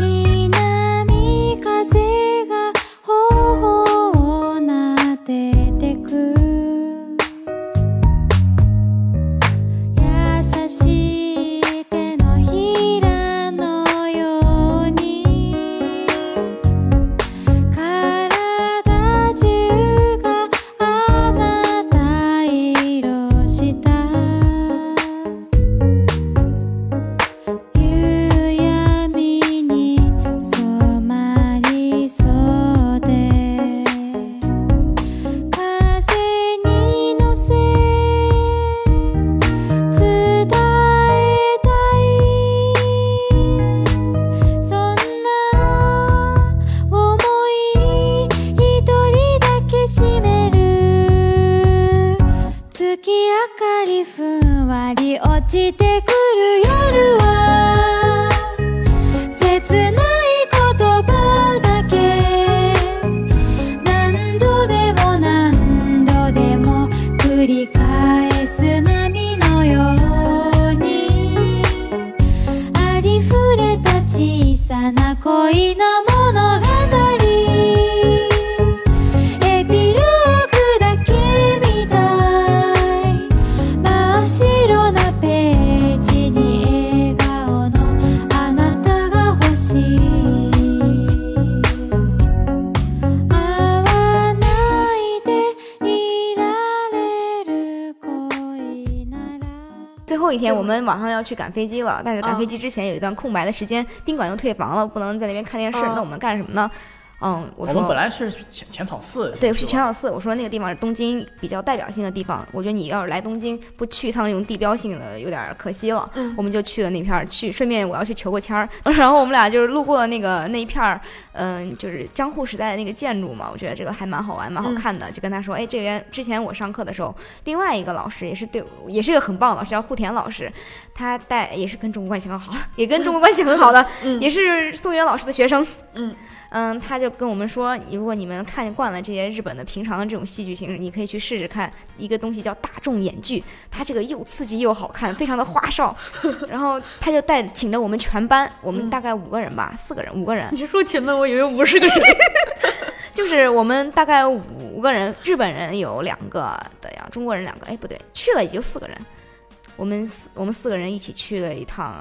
Speaker 5: 南風が頬をなでてく優しい手のひらのように体中があなた色した夕闇に染まりそうで風に乗せ「伝えたい」「そんな想い」「一人だけ占める」「月明かりふんわり落ちてくる夜は」「切ない言葉だけ」何度でも何度でも繰り返す波のようにありふれた小さな恋の物語エピローグだけみたい真っ白なページに笑顔のあなたが欲しい会わないでいられる恋なら
Speaker 3: 最后一天，我们晚上要去赶飞机了，但是赶
Speaker 2: 嗯
Speaker 3: 飞机之前有一段空白的时间，宾馆又退房了，不能在那边看电视，
Speaker 2: 嗯
Speaker 3: 那我们干什么呢？嗯，我
Speaker 4: 我
Speaker 3: 说
Speaker 4: 们本来是去浅浅草寺，
Speaker 3: 对，
Speaker 4: 是
Speaker 3: 去
Speaker 4: 吧
Speaker 3: 全小寺。我说那个地方是东京比较代表性的地方，我觉得你要是来东京不去一趟那种地标性的，有点儿可惜了。
Speaker 4: 嗯
Speaker 3: 我们就去了那片儿，去顺便我要去求个签儿。 然后我们俩就是路过了那个那一片儿，嗯、就是江户时代的那个建筑嘛，我觉得这个还蛮好玩，蛮
Speaker 4: 嗯
Speaker 3: 好看的。就跟他说，哎，这边之前我上课的时候，另外一个老师也是对我，也是一个很棒的老师，叫户田老师，他带也是跟中国关系很好，也跟中国关系很好的，
Speaker 4: 嗯
Speaker 3: 也是宋元老师的学生。
Speaker 2: 嗯
Speaker 3: 嗯，他就跟我们说，如果你们看惯了这些日本的平常的这种戏剧形式，你可以去试试看一个东西叫大众演剧，它这个又刺激又好看，非常的花哨。 然后他就带请着我们全班，我们大概五个人吧，四个人，五个人，
Speaker 2: 你说群们，我以为不是个人。
Speaker 3: 就是我们大概五五个人，日本人有两个的呀，中国人两个，哎，不对，去了也就四个人。我们四我们四个人一起去了一趟，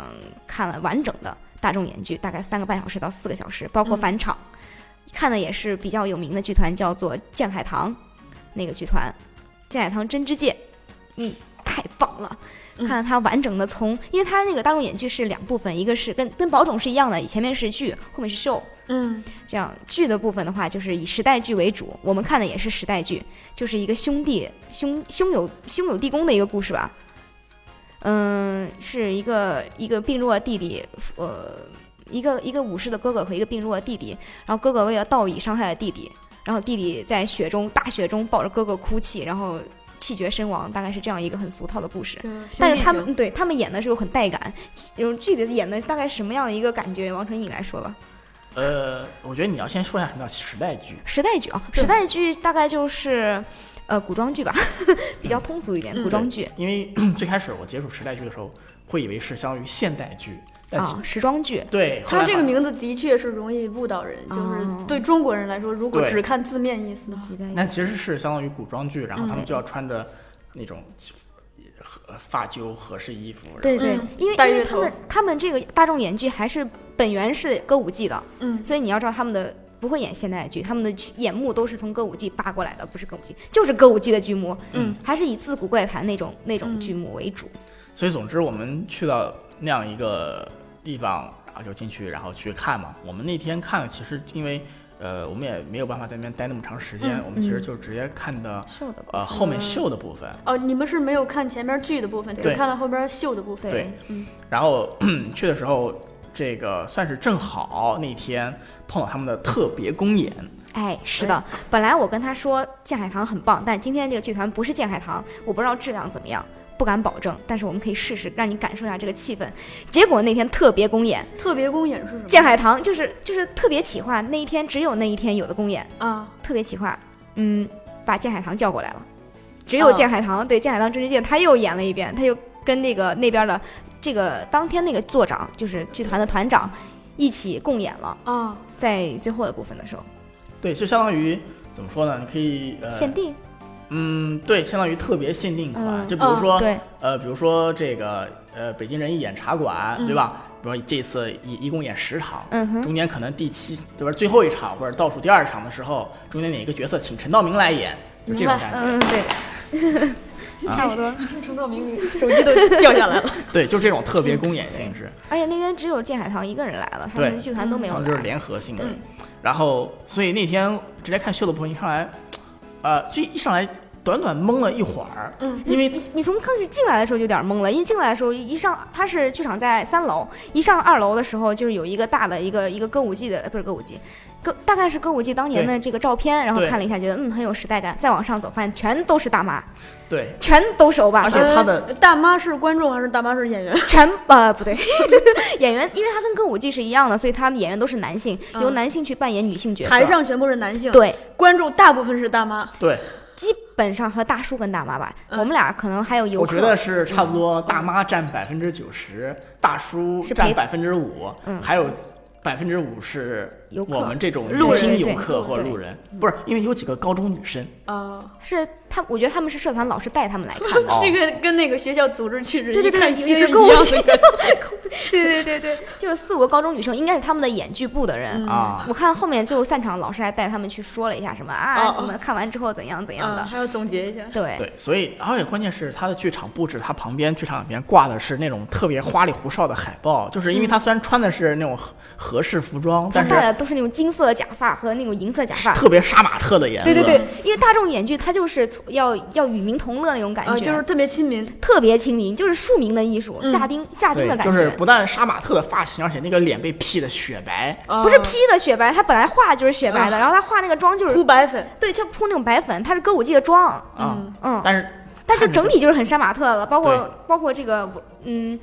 Speaker 3: 看了完整的大众演剧，大概三个半小时到四个小时，包括
Speaker 2: 嗯
Speaker 3: 返场，看的也是比较有名的剧团，叫做建海棠那个剧团，建海棠真之介，嗯，太棒了！看到他完整的从，因为他那个大众演剧是两部分，一个是跟跟宝冢是一样的，前面是剧，后面是 show。
Speaker 2: 嗯
Speaker 3: 这样剧的部分的话，就是以时代剧为主，我们看的也是时代剧，就是一个兄弟兄兄友兄友弟恭的一个故事吧。嗯，是一个一个病弱的弟弟，呃，一个一个武士的哥哥和一个病弱的弟弟，然后哥哥为了道义伤害了弟弟，然后弟弟在雪中大雪中抱着哥哥哭泣，然后气绝身亡，大概是这样一个很俗套的故事。
Speaker 2: 嗯
Speaker 3: 但
Speaker 2: 兄弟
Speaker 3: 是他
Speaker 2: 情
Speaker 3: 们对他们演的是有很带感，就是具体的演的大概什么样的一个感觉？王晨你来说吧。
Speaker 4: 呃，我觉得你要先说一下什么叫时代剧。
Speaker 3: 时代剧啊，时代剧大概就是，呃，古装剧吧， 比较通俗一点，
Speaker 2: 嗯
Speaker 3: 古装剧
Speaker 4: 因为最开始我接触时代剧的时候，会以为是相当于现代剧，但其、
Speaker 3: 啊，时装剧。
Speaker 4: 对后
Speaker 2: 它
Speaker 4: 来
Speaker 2: 这
Speaker 4: 发
Speaker 2: 个名字的确是容易误导人，就是
Speaker 3: 哦
Speaker 2: 对中国人来说，如果
Speaker 4: 对
Speaker 2: 只看字面意思的话，
Speaker 3: 几代
Speaker 4: 那其实是相当于古装剧，然后他们就要穿着那种和发揪合适衣服，然后
Speaker 3: 对对，
Speaker 2: 嗯
Speaker 3: 因为
Speaker 2: 戴
Speaker 3: 因为
Speaker 2: 月
Speaker 3: 他
Speaker 2: 头
Speaker 3: 们他们这个大众演剧还是本源是歌舞伎的，
Speaker 2: 嗯，
Speaker 3: 所以你要知道他们的不会演现代剧，他们的剧演目都是从歌舞伎扒过来的，不是歌舞伎，就是歌舞伎的剧目，
Speaker 2: 嗯，
Speaker 3: 还是以自古怪谈那种那种剧目为主。
Speaker 4: 所以总之，我们去到那样一个地方，然后就进去，然后去看嘛。我们那天看，其实因为呃，我们也没有办法在那边待那么长时间，我们其实就直接看的、
Speaker 3: 嗯秀的部
Speaker 4: 呃后面秀的部分。
Speaker 2: 哦，你们是没有看前面剧的部分，只
Speaker 4: 对
Speaker 2: 看了后边秀的部分。
Speaker 4: 对
Speaker 3: 对，嗯，
Speaker 4: 然后 去的时候，这个算是正好那天碰到他们的特别公演，
Speaker 3: 哎，是的，本来我跟他说建海棠很棒，但今天这个剧团不是建海棠，我不知道质量怎么样，不敢保证，但是我们可以试试，让你感受一下这个气氛。结果那天特别公演，
Speaker 2: 特别公演是什么？
Speaker 3: 建海棠就是就是特别企划，那一天只有那一天有的公演，
Speaker 2: 啊，
Speaker 3: 特别企划，嗯，把建海棠叫过来了，只有建海棠，对建海棠真之介，他又演了一遍，他又跟那个那边的这个当天那个座长，就是剧团的团长一起共演了，
Speaker 2: 啊，
Speaker 3: 在最后的部分的时候，
Speaker 4: 对，就相当于怎么说呢？你可以呃，
Speaker 3: 限定，
Speaker 4: 嗯，对，相当于特别限定款，
Speaker 3: 嗯
Speaker 4: 就比如
Speaker 2: 嗯
Speaker 4: 说、
Speaker 3: 对。
Speaker 4: 呃，比如说这个呃，北京人艺演茶馆，对吧？比如说这次一一共演十场，
Speaker 3: 嗯哼
Speaker 4: 中间可能第七，就是最后一场或者倒数第二场的时候，中间哪个角色请陈道明来演，就这种
Speaker 2: 明白
Speaker 4: 感觉。
Speaker 3: 嗯，对，差不多。
Speaker 2: 听陈道明，手机都掉下来了。
Speaker 4: 对，就这种特
Speaker 3: 嗯
Speaker 4: 别公演形式，
Speaker 3: 而且那天只有建海棠一个人来了，嗯他
Speaker 4: 对
Speaker 3: 们剧团都没
Speaker 4: 然
Speaker 3: 有
Speaker 4: 后
Speaker 3: 来。
Speaker 4: 就是联合性的。然后，所以那天直接看秀的部分一上来，呃，就一上来短短懵了一会儿，嗯，因为
Speaker 3: 你你从刚开始进来的时候就有点懵了，因为进来的时候一上他是剧场在三楼，一上二楼的时候就是有一个大的一个一个歌舞伎的，呃不是歌舞伎，歌大概是歌舞伎当年的这个照片，然后
Speaker 4: 对
Speaker 3: 看了一下，觉得嗯很有时代感。再往上走，发现全都是大妈，
Speaker 4: 对
Speaker 3: 全都是欧巴
Speaker 4: 而
Speaker 3: 桑
Speaker 4: 且，他的
Speaker 2: 呃大妈是观众还是大妈是演员？
Speaker 3: 全呃不对， 演员，因为他跟歌舞伎是一样的，所以他的演员都是男性，由
Speaker 2: 嗯
Speaker 3: 男性去扮演女性角色。
Speaker 2: 台上全部是男性，，
Speaker 3: 对，
Speaker 2: 观众大部分是大妈。
Speaker 4: 对，
Speaker 3: 基本上和大叔跟大妈吧，
Speaker 2: 嗯
Speaker 3: 我们俩可能还有游
Speaker 4: 我
Speaker 3: 客。
Speaker 4: 觉得是差不多，大妈占百分之九十，大叔
Speaker 3: 是
Speaker 4: 占
Speaker 3: 陪
Speaker 4: 百分之五，
Speaker 3: 嗯
Speaker 4: 还有百分之五是
Speaker 3: 游客
Speaker 4: 我们这种
Speaker 3: 路
Speaker 4: 年
Speaker 3: 人
Speaker 4: 轻游
Speaker 3: 对
Speaker 4: 客或
Speaker 3: 对
Speaker 4: 路人，不是因为有几个高中女生，
Speaker 2: 啊，
Speaker 3: 是他，我觉得他们是社团老师带他们来看 的。
Speaker 4: 哦
Speaker 2: 这个跟那个学校组织去
Speaker 3: 对对
Speaker 2: 一看
Speaker 3: 对，
Speaker 2: 戏
Speaker 3: 有
Speaker 2: 是
Speaker 3: 有
Speaker 2: 一
Speaker 3: 跟我
Speaker 2: 样
Speaker 3: 去
Speaker 2: 的感觉。
Speaker 3: 对对对对，就是四五个高中女生，应该是他们的演剧部的人。
Speaker 2: 嗯
Speaker 4: 啊
Speaker 3: 我看后面最后散场，老师还带他们去说了一下什么
Speaker 2: 哦
Speaker 3: 啊，
Speaker 2: 哦
Speaker 3: 怎么看完之后怎样怎样
Speaker 2: 啊，
Speaker 3: 的。
Speaker 2: 还要总结一下。
Speaker 3: 对，
Speaker 4: 对，所以而且关键是它的剧场布置，它旁边剧场里面挂的是那种特别花里胡哨的海报，就是因为它虽然穿的是那种合合适服装，
Speaker 3: 他
Speaker 4: 但是
Speaker 3: 戴的都是那种金色的假发和那种银色假发。
Speaker 4: 特别杀马特的颜色，
Speaker 3: 对对对，因为大众演剧它就是从要要与民同乐那种感
Speaker 2: 啊，
Speaker 3: 觉，
Speaker 2: 就是特别亲民。
Speaker 3: 特别亲民，就是庶民的艺术，
Speaker 2: 嗯
Speaker 3: 夏丁夏丁的
Speaker 4: 对，
Speaker 3: 感觉。
Speaker 4: 就是不但杀马特的发型，而且那个脸被 P 的雪白，
Speaker 2: 啊
Speaker 3: 不是 P 的雪白，他本来画就是雪白
Speaker 2: 嗯
Speaker 3: 的，然后他画那个妆就是
Speaker 2: 铺白粉，
Speaker 3: 对，就铺那种白粉，它是歌舞伎的妆，
Speaker 4: 啊，
Speaker 3: 嗯，
Speaker 4: 但是
Speaker 3: 但就
Speaker 4: 看着
Speaker 3: 整体就是很杀马特了，包括
Speaker 4: 对
Speaker 3: 包括这个嗯。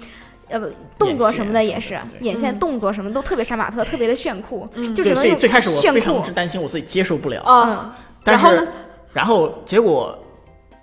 Speaker 3: 呃，不，动作什么的也是
Speaker 4: 演戏，
Speaker 3: 眼
Speaker 2: 嗯
Speaker 3: 线、动作什么都特别杀马特，特别的炫酷，就只
Speaker 4: 嗯对，
Speaker 3: 能
Speaker 4: 所以
Speaker 3: 用
Speaker 4: 最开始我
Speaker 3: 炫
Speaker 4: 非常
Speaker 3: 酷嗯
Speaker 4: 之。担心我自己接受不了
Speaker 2: 啊，
Speaker 4: 但
Speaker 2: 然后
Speaker 4: 是
Speaker 2: 呢，
Speaker 4: 然后结果，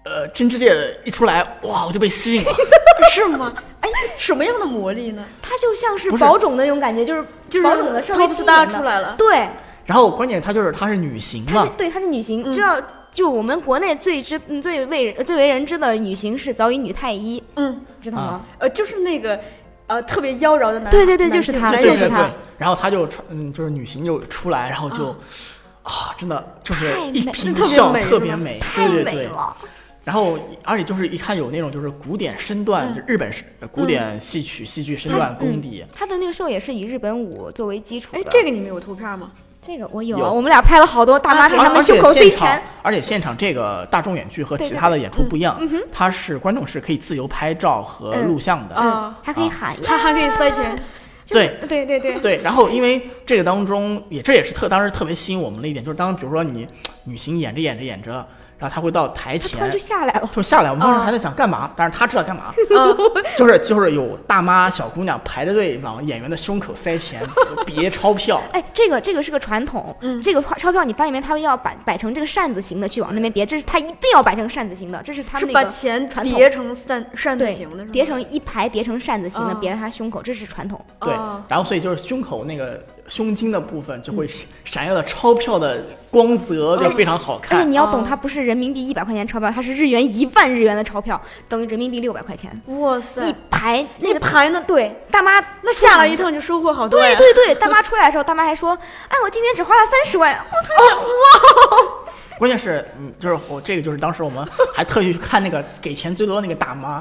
Speaker 4: 呃，真之介一出来，哇，我就被吸引了。
Speaker 2: 是吗？哎，什么样的魔力呢？
Speaker 3: 它就像是
Speaker 4: 不是
Speaker 3: 宝冢的那种感觉，就是
Speaker 2: 就是
Speaker 3: 宝冢的稍微
Speaker 2: top
Speaker 3: 低
Speaker 2: star
Speaker 3: 一点的
Speaker 2: 出来了
Speaker 3: 对，
Speaker 4: 然后关键她就是她是女行
Speaker 3: 它
Speaker 4: 嘛
Speaker 3: 是，对它是女行，
Speaker 2: 嗯
Speaker 3: 知道就我们国内最知嗯最为最为人知的女行是早乙女太一，
Speaker 2: 嗯，
Speaker 3: 知道
Speaker 4: 啊
Speaker 3: 吗？
Speaker 2: 呃，就是那个呃特别妖娆的男，
Speaker 3: 对对对
Speaker 2: 男
Speaker 3: 就是
Speaker 2: 性
Speaker 3: 他
Speaker 2: 男
Speaker 3: 就
Speaker 2: 性
Speaker 4: 对
Speaker 3: 是
Speaker 4: 对
Speaker 3: 她嗯
Speaker 4: 对。然后她就穿，嗯，就是女行就出来，然后就啊，真的就是
Speaker 3: 太美
Speaker 4: 一颦
Speaker 2: 特
Speaker 4: 一
Speaker 2: 别
Speaker 4: 笑
Speaker 2: 美
Speaker 4: 特
Speaker 2: 是
Speaker 4: 别
Speaker 2: 吧
Speaker 4: 美，
Speaker 3: 太
Speaker 4: 对对
Speaker 3: 美
Speaker 4: 对。
Speaker 3: 了，
Speaker 4: 然后，而且就是一看有那种就是古典身
Speaker 3: 嗯
Speaker 4: 段，就日本是呃古典戏曲、戏剧身段功底，
Speaker 3: 他的那个时候也是以日本舞作为基础
Speaker 2: 哎
Speaker 3: 的。，
Speaker 2: 这个你们有图片吗？
Speaker 3: 这个我有啊，
Speaker 4: 有
Speaker 3: 我们俩拍了好多大妈给
Speaker 4: 而
Speaker 3: 他们
Speaker 4: 而且
Speaker 3: 胸口
Speaker 4: 现
Speaker 3: 塞
Speaker 4: 场
Speaker 3: 钱。，
Speaker 4: 而且现场这个大众演剧和其他的
Speaker 3: 嗯
Speaker 4: 演出不一样，它是观众是可以自由拍照和录像的。啊
Speaker 2: 嗯
Speaker 3: 嗯，还可以喊呀，
Speaker 2: 还还可以塞钱，
Speaker 4: 对
Speaker 3: 对对对，
Speaker 4: 对，然后因为这个当中也这也是特当时特别吸引我们的一点，就是当比如说你女星演着演着演着，然后她会到台
Speaker 3: 他突然
Speaker 4: 前
Speaker 3: 就。哦下来了。
Speaker 4: 就下来，我们当时还在想干嘛，但是她知道 干嘛，
Speaker 3: 哦
Speaker 4: 就是就是有大妈小姑娘排着队往演员的胸口塞钱，别钞票，
Speaker 3: 哎，这个这个是个传统，这个钞票你发现没？他们要摆摆成这个扇子形的去往那边别，这是他一定要摆成扇子形的，这是他
Speaker 2: 是
Speaker 3: 们那
Speaker 2: 把
Speaker 3: 个
Speaker 2: 钱
Speaker 3: 传统
Speaker 2: 叠成扇扇子
Speaker 3: 对
Speaker 2: 形的是吗，
Speaker 3: 叠成一排叠成扇子形的
Speaker 2: 嗯
Speaker 3: 别在他胸口，这是传统。
Speaker 4: 对
Speaker 2: 哦，
Speaker 4: 然后所以就是胸口那个胸襟的部分就会闪闪耀的钞票的光泽，就非常好
Speaker 3: 而且
Speaker 4: 看
Speaker 3: 哦哎你。要懂，
Speaker 2: 哦
Speaker 3: 它不是人民币一百块钱钞票，它是日元一万日元的钞票，等于人民币六百块钱。
Speaker 2: 哇塞，
Speaker 3: 一排那
Speaker 2: 一
Speaker 3: 个
Speaker 2: 排呢
Speaker 3: 对大妈
Speaker 2: 那下来一趟就收获好多
Speaker 3: 对啊
Speaker 2: 呀。
Speaker 3: 对对，大妈出来的时候，大妈还说：“哎，我今天只花了三十 万。我看着”
Speaker 4: 关键是，嗯，就是我这个就是当时我们还特意去看那个给钱最多那个大妈，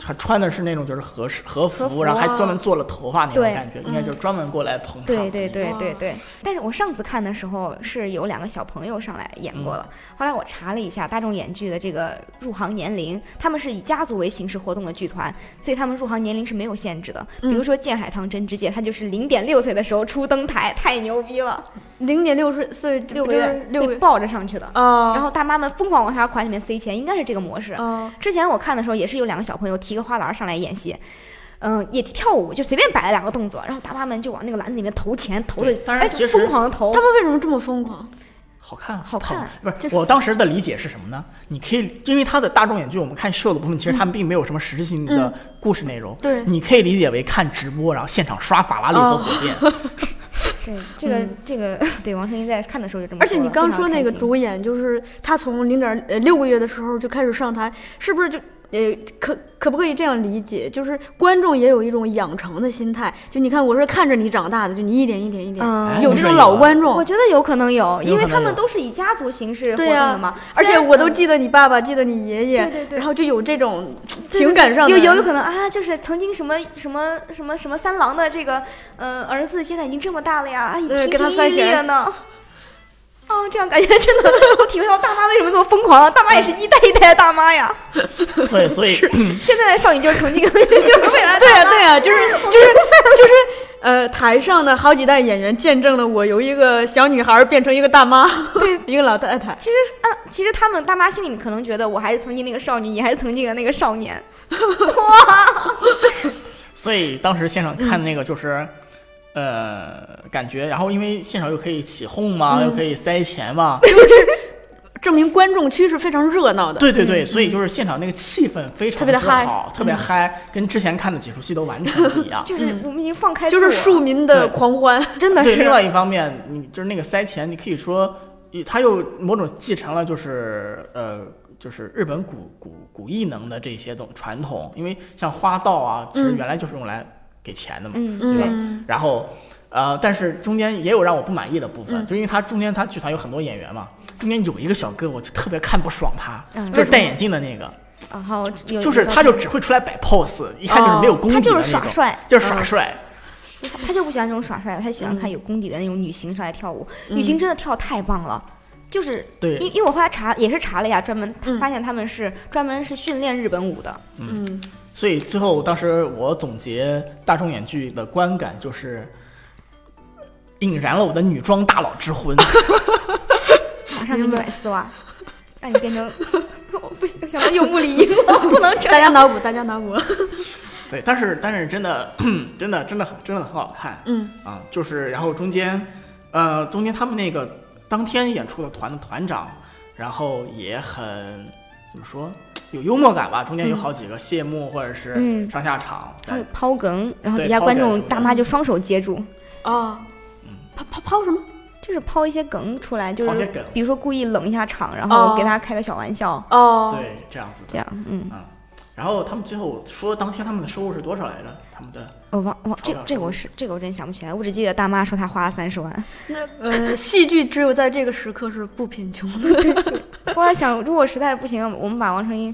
Speaker 4: 她穿的是那种就是和式
Speaker 3: 嗯啊
Speaker 4: 和
Speaker 3: 和服哦
Speaker 4: 服，然后还专门做了头发那种
Speaker 3: 对嗯
Speaker 4: 感觉，应该就是专门过来捧场。
Speaker 3: 对对。对对对。但是我上次看的时候是有两个小朋友上来演过了，后来我查了一下大众演剧的这个入行年龄，他们是以家族为形式活动的剧团，所以他们入行年龄是没有限制的。比如说建海棠真之介，他就是零点六岁的时候初登台，太牛逼了，
Speaker 2: 零点六岁岁
Speaker 3: 六个
Speaker 2: 就是
Speaker 3: 月哦
Speaker 2: 六个
Speaker 3: 被
Speaker 2: 月
Speaker 3: 抱着上去的。
Speaker 2: 啊，
Speaker 3: 然后大妈们疯狂往他怀里面塞钱，应该是这个模式。
Speaker 2: 啊
Speaker 3: 之前我看的时候也是有两个小朋友提个花篮上来演戏，嗯、也跳舞，就随便摆了两个动作，然后大妈们就往那个篮子里面投钱，投的
Speaker 4: 对当然
Speaker 3: 哎
Speaker 4: 其实
Speaker 3: 疯狂的投
Speaker 2: 他。们为什么这么疯 狂？
Speaker 4: 好看，啊
Speaker 3: 好看
Speaker 4: 捧不是、
Speaker 3: 就是
Speaker 4: 我当时的理解是什么呢？你可以，因为它的大众演剧，我们看秀的部分，其实他
Speaker 3: 嗯
Speaker 4: 们并没有什么实质性的故事内容。
Speaker 2: 对
Speaker 4: 你可以理解为看直播，然后现场刷法拉利和
Speaker 2: 哦
Speaker 4: 火箭。
Speaker 3: 对，这个、这个对王声音在看的时候就这么
Speaker 2: 而且你刚说那个
Speaker 3: 主，
Speaker 2: 主演，就是他从零点呃六个月的时候就开始上台，是不是就？呃，可可不可以这样理解？就是观众也有一种养成的心态，就你看我是看着你长大的，就你一点一点一点，
Speaker 3: 嗯
Speaker 2: 有这种老观众
Speaker 3: 我，觉得有可能有，因
Speaker 4: 有可能
Speaker 3: 为他
Speaker 4: 有
Speaker 3: 们都是以家族形式活
Speaker 2: 对
Speaker 3: 动
Speaker 2: 呀、
Speaker 3: 的嘛，
Speaker 2: 而
Speaker 3: 虽
Speaker 2: 且
Speaker 3: 然
Speaker 2: 我都
Speaker 3: 嗯
Speaker 2: 记得你爸爸，记得你爷爷，
Speaker 3: 对对对
Speaker 2: 然后就有这种
Speaker 3: 对
Speaker 2: 情感上的
Speaker 3: 有有有可能啊，就是曾经什么什么什么什么三郎的这个呃儿子，现在已经这么大了呀，啊，
Speaker 2: 对
Speaker 3: 亭
Speaker 2: 嗯给他
Speaker 3: 亭
Speaker 2: 塞
Speaker 3: 玉立
Speaker 2: 钱
Speaker 3: 了呢。哦，这样感觉真的，我体会到大妈为什么这么疯狂了。大妈也是一代一代的大妈呀，
Speaker 4: 所以，所以
Speaker 3: 现在的少女就是曾经 就是未来的
Speaker 2: 对
Speaker 3: 大
Speaker 2: 呀、
Speaker 3: 妈
Speaker 2: 对呀、 就是就是就是呃，台上的好几代演员见证了我由一个小女孩儿变成一个大妈，一个老太太。
Speaker 3: 其实，嗯、其实他们大妈心里可能觉得我还是曾经那个少女，你还是曾经的那个少年。。
Speaker 4: 所以当时现场看那个就是，呃，感觉，然后因为现场又可以起哄嘛，又可以塞钱嘛，
Speaker 2: 证明观众区是非常热闹的。
Speaker 4: 对对对，所以就是现场那个气氛非常
Speaker 2: 特别的
Speaker 4: 之
Speaker 2: 嗨
Speaker 4: 好，特别嗨，跟之前看的几出戏都完全不一样
Speaker 3: 就是我们已经放开
Speaker 2: 嗯
Speaker 3: 自
Speaker 2: 就
Speaker 3: 我了，
Speaker 2: 是庶民的
Speaker 4: 对
Speaker 2: 狂欢，
Speaker 3: 真的
Speaker 4: 对，
Speaker 3: 是
Speaker 4: 另外一方面，你就是那个塞钱，你可以说，也它又某种继承了就是呃。就是日本古古古艺能的这些东传统，因为像花道啊，其实原来就是用来给钱的嘛，
Speaker 3: 嗯
Speaker 2: 嗯
Speaker 4: 对吧？
Speaker 2: 嗯
Speaker 4: 然后，呃，但是中间也有让我不满意的部分，
Speaker 3: 嗯
Speaker 4: 就因为他中间他剧团有很多演员嘛，中间有一个小哥我就特别看不爽他，
Speaker 3: 嗯
Speaker 4: 就是戴眼镜的那个，
Speaker 3: 然后啊有哦
Speaker 4: 就是他就只会出来摆 pose，一看就是没有功底的那种，
Speaker 3: 他就是耍帅嗯
Speaker 4: 就是耍帅。
Speaker 3: 他就不喜欢这种耍帅的，他喜
Speaker 4: 嗯
Speaker 3: 欢看有功底的那种女星上来跳舞。女星真的跳得太棒了，就是
Speaker 4: 对嗯
Speaker 3: 因因为我后来查也是查了一下，专门发现他们是专门是训练日本舞的。
Speaker 4: 所以最后，当时我总结大众演剧的观感就是，引燃了我的女装大佬之魂。
Speaker 3: 马上给你买丝 袜，让你变成 我不行，我想到柚木里樱了，不能这
Speaker 2: 大家
Speaker 3: 样。
Speaker 2: 脑补，大家脑补。
Speaker 4: 对，但是但是真的 真的真的很真的很好看，
Speaker 2: 嗯
Speaker 4: 啊，就是然后中间，呃，中间他们那个当天演出的团的团长，然后也很怎么说，有幽默感吧，中间有好几个谢幕或者是
Speaker 3: 嗯
Speaker 4: 上下场，
Speaker 3: 他会
Speaker 4: 对
Speaker 3: 抛梗，然后
Speaker 4: 对
Speaker 3: 底下
Speaker 4: 抛
Speaker 3: 观
Speaker 4: 梗
Speaker 3: 众
Speaker 4: 什么
Speaker 3: 大
Speaker 4: 的
Speaker 3: 妈就双手接住，哦
Speaker 2: 啊， 抛抛抛什么？
Speaker 3: 就是抛一些梗出来，就
Speaker 4: 抛一些
Speaker 3: 是
Speaker 4: 梗
Speaker 3: 比如说故意冷一下场，然后给
Speaker 2: 哦
Speaker 3: 大家开个小玩笑，
Speaker 2: 哦，
Speaker 4: 对这样子的，
Speaker 3: 这样，嗯，
Speaker 4: 嗯，然后他们最后说当天他们的收入是多少来着？他们的
Speaker 3: 我哦忘忘这
Speaker 4: 好的
Speaker 3: 这个我是这个我真想不起来，我只记得大妈说她花了三十万。
Speaker 2: 呃，戏剧只有在这个时刻是不贫穷的。
Speaker 3: 后来想，如果实在是不行，我们把王成英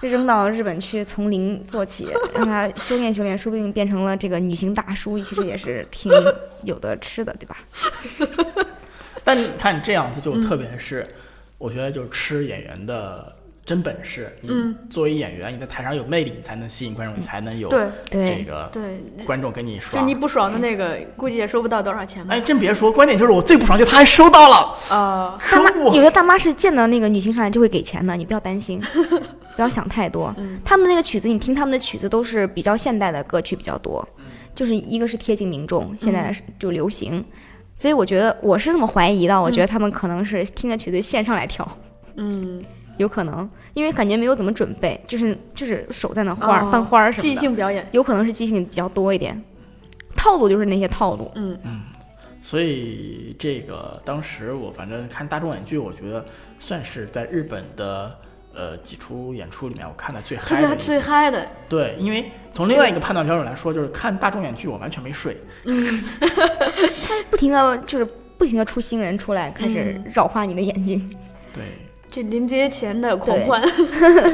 Speaker 3: 扔到日本去，从零做起，让他修炼修炼，说不定变成了这个女性大叔，其实也是挺有的吃的，对吧？
Speaker 4: 但你看这样子就特别是，
Speaker 2: 嗯
Speaker 4: 我觉得就是吃演员的真本事。
Speaker 2: 嗯
Speaker 4: 你作为演员，你在台上有魅力，你才能吸引观众，你才能有
Speaker 2: 对
Speaker 3: 对
Speaker 4: 这个
Speaker 2: 对
Speaker 4: 观众跟你
Speaker 2: 就
Speaker 4: 刷。
Speaker 2: 你不爽的那个，估计也收不到多少钱吧
Speaker 4: 哎，。真别说，关键就是我最不爽，就他还收到 了，
Speaker 2: 啊、
Speaker 4: 可
Speaker 3: 有
Speaker 4: 恶！
Speaker 3: 的大妈是见到那个女性上来就会给钱的，你不要 担心，不要想太多。
Speaker 2: 嗯
Speaker 3: 他们那个曲子，你听他们的曲子都是比较现代的歌曲比较多，
Speaker 2: 嗯
Speaker 3: 就是一个是贴近民众，现在就流行。所以我觉得我是这么怀疑的，我觉得他们可能是听着曲子线上来跳，
Speaker 2: 嗯，
Speaker 3: 有可能，因为感觉没有怎么准备，就是就是手在那花儿、
Speaker 2: 哦
Speaker 3: 翻花儿什么
Speaker 2: 即
Speaker 3: 的，
Speaker 2: 兴表演，
Speaker 3: 有可能是即兴比较多一点，套路就是那些套路。
Speaker 2: 嗯，
Speaker 4: 所以这个当时我反正看大众演剧，我觉得算是在日本的呃几出演出里面，我看的最
Speaker 2: 特
Speaker 4: 嗨
Speaker 2: 别
Speaker 4: 的
Speaker 2: 还
Speaker 4: 一
Speaker 2: 最嗨的，
Speaker 4: 对，因为从另外一个判断标准来说，就是看大众演剧，我完全没睡。
Speaker 3: 不停的就是不停的出新人出来，开始
Speaker 2: 嗯
Speaker 3: 绕花你的眼睛。
Speaker 4: 对
Speaker 2: 这临别前的狂
Speaker 3: 对
Speaker 2: 欢，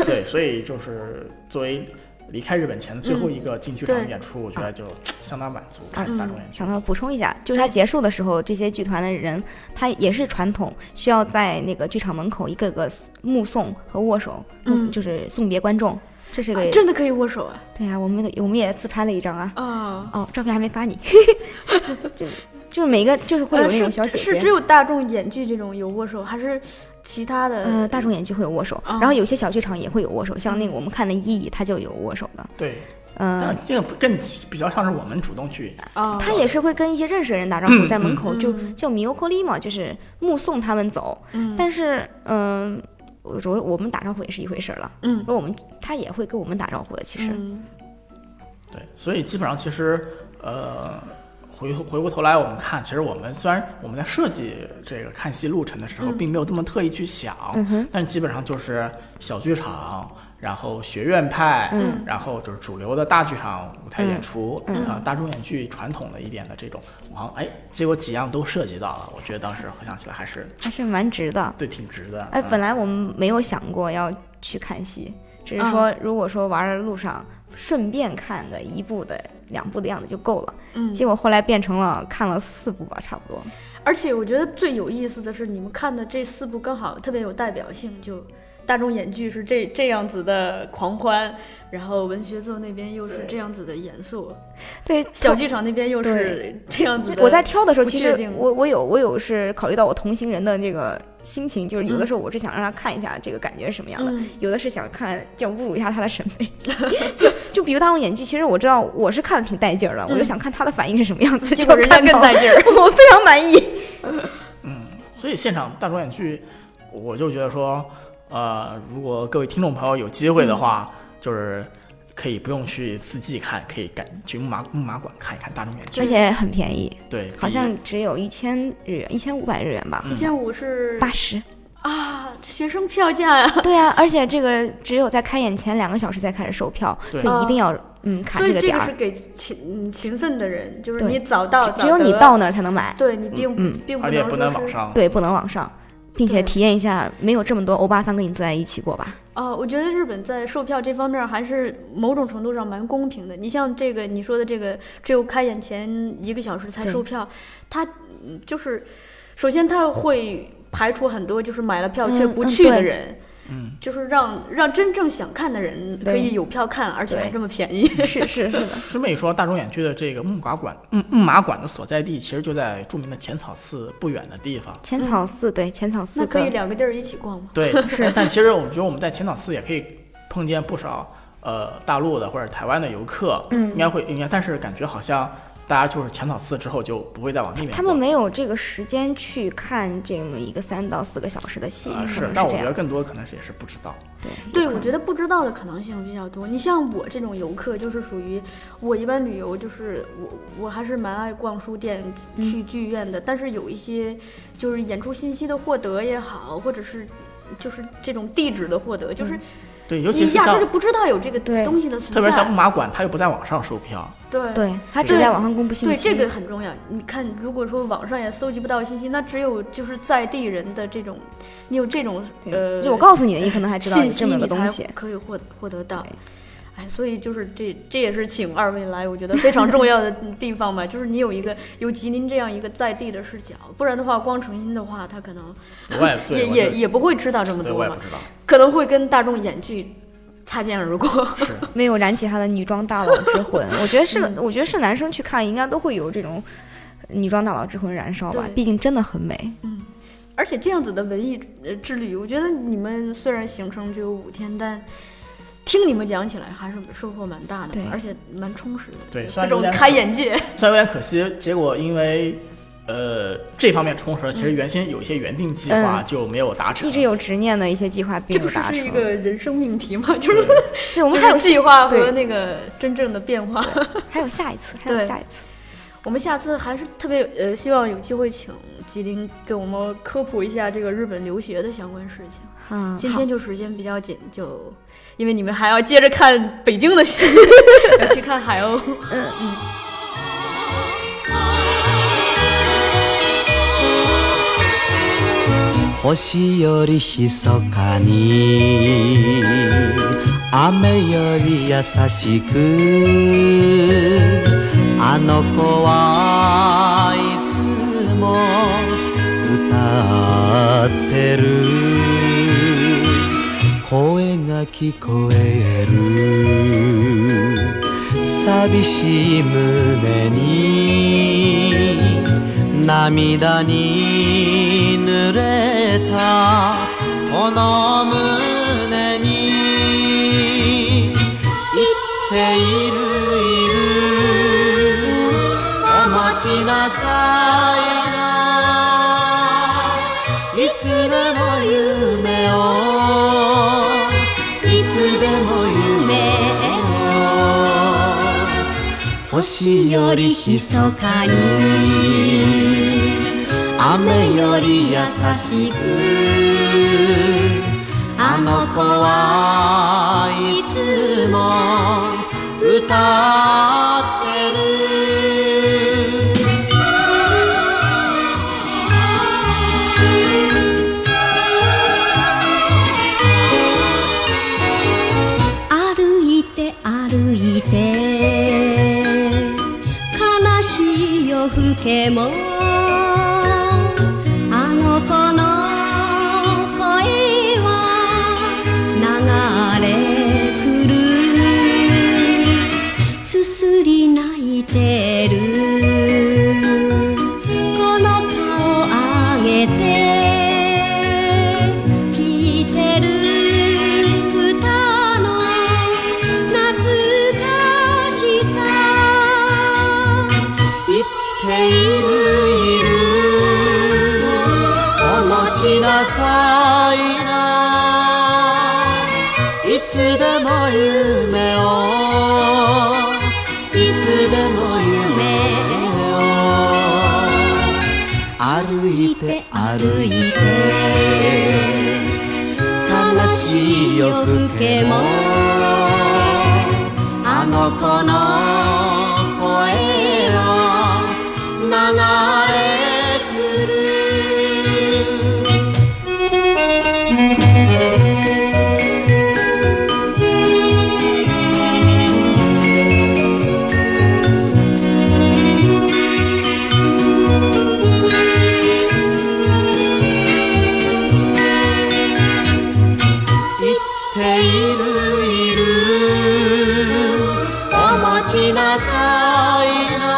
Speaker 4: 对，所以就是作为离开日本前的最后一个进剧场的演出，我觉得就相当满足。看大众演剧
Speaker 3: 想，到补充一下，就是它结束的时候，这些剧团的人他也是传统，需要在那个剧场门口一个个目送和握手，
Speaker 2: 嗯
Speaker 3: 就是送别观众。这是 个、
Speaker 2: 啊真的可以握手啊！
Speaker 3: 对呀、我们的我们也自拍了一张啊。
Speaker 2: 啊、
Speaker 3: 哦，照片还没发你， 就是就是每个就是会有那种小姐姐，
Speaker 2: 呃是是只有大众演剧这种有握手，还是其他的？
Speaker 3: 呃大众演剧会有握手，
Speaker 2: 哦嗯
Speaker 3: 然后有些小剧场也会有握手，像那个我们看的《意义》，它就有握手的。
Speaker 2: 哦
Speaker 4: 对，
Speaker 3: 嗯、
Speaker 4: 但这个不更比较像是我们主动去，
Speaker 2: 啊、
Speaker 3: 他也是会跟一些认识的人打招呼，在门口就
Speaker 2: 嗯
Speaker 3: 叫米 i 科利嘛，就是目送他们走。但是，嗯，我说我们打招呼也是一回事儿了。
Speaker 2: 嗯
Speaker 3: 说我们他也会跟我们打招呼的，其实。
Speaker 2: 嗯
Speaker 4: 对，所以基本上其实呃。回回过头来，我们看，其实我们虽然我们在设计这个看戏路程的时候，并没有这么特意去想，但基本上就是小剧场，然后学院派，然后就是主流的大剧场舞台演出，啊，大众演剧传统的一点的这种，我好像哎，结果几样都涉及到了，我觉得当时回想起来还是
Speaker 3: 还是蛮值的。
Speaker 4: 对挺值的。
Speaker 3: 哎，
Speaker 4: 嗯
Speaker 3: 本来我们没有想过要去看戏，只是
Speaker 2: 嗯
Speaker 3: 说如果说玩儿的路上顺便看个一部的、两部的样子就够了。
Speaker 2: 嗯
Speaker 3: 结果后来变成了看了四部吧，差不多。
Speaker 2: 而且我觉得最有意思的是，你们看的这四部刚好特别有代表性，就大众演剧是这这样子的狂欢，然后文学座那边又是这样子的严肃，
Speaker 3: 对，
Speaker 2: 小剧场那边又是这样子的。
Speaker 3: 我在挑的时候，
Speaker 2: 不
Speaker 3: 其
Speaker 2: 确
Speaker 3: 实
Speaker 2: 定
Speaker 3: 我我有我有是考虑到我同行人的这个心情，就是有的时候我是想让他看一下这个感觉是什么样的，
Speaker 2: 嗯
Speaker 3: 有的是想看要侮辱一下他的审美。 就就比如大众演剧，其实我知道我是看的挺带劲儿的，我就想看他的反应是什么样子，
Speaker 2: 嗯结果
Speaker 3: 就
Speaker 2: 人家
Speaker 3: 看到
Speaker 2: 更带劲儿
Speaker 3: 我非常满意。
Speaker 4: 所以现场大众演剧，我就觉得说，呃，如果各位听众朋友有机会的话，就是可以不用去四季看，可以赶去木马木马馆看一看大众演剧。
Speaker 3: 而且很便宜，
Speaker 4: 对，
Speaker 3: 好像只有一千日元，一千五百日元吧，
Speaker 2: 一千五嗯是
Speaker 3: 嗯八十。
Speaker 2: 啊，学生票价呀、
Speaker 3: 对啊，而且这个只有在开演前两个小时才开始售票，所
Speaker 4: 对
Speaker 3: 以一定要嗯卡
Speaker 2: 所
Speaker 3: 这
Speaker 2: 以
Speaker 3: 个
Speaker 2: 这
Speaker 3: 点
Speaker 2: 个
Speaker 3: 儿
Speaker 2: 是，给勤嗯勤奋的人，就是
Speaker 3: 对
Speaker 2: 你早到
Speaker 3: 只
Speaker 2: 早
Speaker 3: 只有你
Speaker 2: 得
Speaker 3: 到，那儿才能买。
Speaker 2: 对你并不、
Speaker 3: 嗯
Speaker 2: 并不
Speaker 4: 而且也
Speaker 2: 能
Speaker 4: 不
Speaker 2: 说
Speaker 4: 能
Speaker 2: 是
Speaker 4: 网上。
Speaker 3: 对，不能往上，并且
Speaker 2: 啊对
Speaker 3: 体验一下没有这么多欧巴桑跟你坐在一起过 吧。
Speaker 2: 哦，我觉得日本在售票这方面还是某种程度上蛮公平的。你像这个你说的这个，只有开演前一个小时才
Speaker 3: 对
Speaker 2: 售票，它嗯就是首先它会排除很多就是买了票却
Speaker 3: 嗯
Speaker 2: 不
Speaker 3: 嗯
Speaker 2: 去的
Speaker 3: 对
Speaker 2: 人，嗯，就是让让真正想看的人可
Speaker 3: 对
Speaker 2: 以有票看，而且还
Speaker 3: 对
Speaker 2: 这么便 宜。
Speaker 3: 是是是的，
Speaker 4: 顺便一说，大众演剧的这个木马馆，木木马馆的所在地其实就在著名的浅草寺不远的地方。
Speaker 3: 浅草寺对浅草
Speaker 2: 嗯那
Speaker 3: 寺
Speaker 2: 可以
Speaker 3: 的，
Speaker 2: 两个地儿一起逛吗？
Speaker 4: 对，是。但其实我觉得我们在浅草寺也可以碰见不少呃大陆的或者台湾的游客，嗯，应该会应该，但是感觉好像大家就是浅草寺之后就不会再往那边
Speaker 3: 他
Speaker 4: 逛
Speaker 3: 们没有这个时间去看这么一个三到四个小时的戏，
Speaker 4: 啊、
Speaker 3: 嗯可
Speaker 4: 是，
Speaker 3: 能
Speaker 4: 但
Speaker 3: 是
Speaker 4: 我
Speaker 3: 这
Speaker 4: 觉得
Speaker 3: 样。
Speaker 4: 更多可能是也是不知道。
Speaker 2: 对，我觉得不知道的可能性比较多。你像我这种游客，就是属于我一般旅游，就是我我还是蛮爱逛书店、
Speaker 3: 嗯
Speaker 2: 去剧院的。但是有一些就是演出信息的获得也好，或者是就是这种地址的获得，就是
Speaker 4: 对，尤其
Speaker 2: 你
Speaker 4: 是
Speaker 2: 压根
Speaker 4: 像
Speaker 2: 儿就不知道有这个
Speaker 3: 嗯对
Speaker 2: 东西的存在。
Speaker 4: 特别是像木马馆，它又不在网上售票，
Speaker 2: 对
Speaker 3: 对，它只在网上公布信
Speaker 2: 对
Speaker 3: 息。
Speaker 2: 这个很重要。你看，如果说网上也搜集不到信息，那只有就是在地人的这种，你有这种
Speaker 3: 对
Speaker 2: 呃，
Speaker 3: 就我告诉你的，你可能还知道
Speaker 2: 信
Speaker 3: 有
Speaker 2: 息
Speaker 3: 这么
Speaker 2: 你
Speaker 3: 个
Speaker 2: 才
Speaker 3: 东西。
Speaker 2: 可以获获得到
Speaker 3: 对。
Speaker 2: 哎，所以就是这，这也是请二位来，我觉得非常重 要的地方吧，就是你有一个有吉林这样一个在地的视角，不然的话，光成因的话，他可能
Speaker 4: 我也对
Speaker 2: 也
Speaker 4: 我
Speaker 2: 也
Speaker 4: 就
Speaker 2: 也不会知道这么
Speaker 4: 对
Speaker 2: 多
Speaker 4: 我也
Speaker 2: 嘛
Speaker 4: 不，知道。
Speaker 2: 可能会跟大众演剧擦肩而过。
Speaker 3: 没有燃起他的女装大佬之魂。我觉得是，
Speaker 2: 嗯
Speaker 3: 我觉得是男生去看应该都会有这种女装大佬之魂燃烧吧
Speaker 2: 对，
Speaker 3: 毕竟真的很美。
Speaker 2: 而且这样子的文艺呃之旅，我觉得你们虽然行程只有五天，但听你们讲起来还是收获蛮大的
Speaker 3: 对，
Speaker 2: 而且蛮充实的，
Speaker 4: 对
Speaker 2: 有
Speaker 4: 虽然
Speaker 2: 各种
Speaker 4: 有点
Speaker 2: 开眼界。
Speaker 4: 虽然有点可惜，结果因为呃这方面充实了，其实原先有一些原定计划
Speaker 3: 嗯
Speaker 4: 就没有达成，
Speaker 3: 一直有执念的一些计划并
Speaker 2: 这不
Speaker 3: 没有
Speaker 2: 是
Speaker 3: 达
Speaker 2: 是一
Speaker 3: 成。
Speaker 2: 个人生命题吗？就是
Speaker 4: 对
Speaker 3: 对，我
Speaker 2: 就
Speaker 3: 们还有
Speaker 2: 是计划和
Speaker 3: 对
Speaker 2: 那个真正的变化。
Speaker 3: 还有下一次，还有
Speaker 2: 对
Speaker 3: 下一次。
Speaker 2: 我们下次还是特别呃，希望有机会请吉林给我们科普一下这个日本留学的相关事情。
Speaker 3: 嗯，
Speaker 2: 今
Speaker 3: 好
Speaker 2: 天就时间比较紧，就因为你们还要接着看北京的 戏，要去看海鸥。
Speaker 6: 星よりひそかに雨より優しくあの子はいつも歌ってる声が聞こえる寂しい胸に涙に濡れたこの胸に言っているいるお待ちなさいないつでも夢をいつでも夢を星よりひそかに雨より優しくあの子はいつも歌ってる
Speaker 5: 歩いて歩いて悲しい夜更けもあの子の声は流れ来るすすり泣いてるこの顔上げて聞いてる歌の懐かしさ
Speaker 6: 言っているいるお待ちなさいないつでも夢をいつでも夢を歩いて歩いて悲しい夜更けもあの子の声を流れ来る言っているいるお待ちなさいな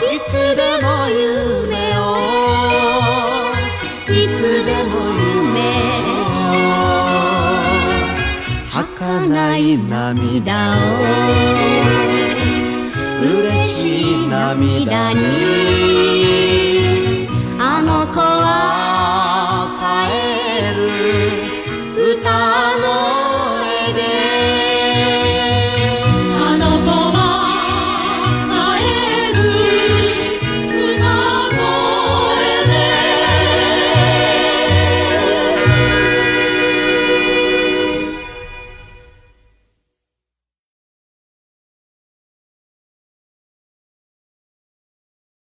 Speaker 6: いつでも夢をいつでも夢を儚い涙を嬉しい涙にあの子は帰る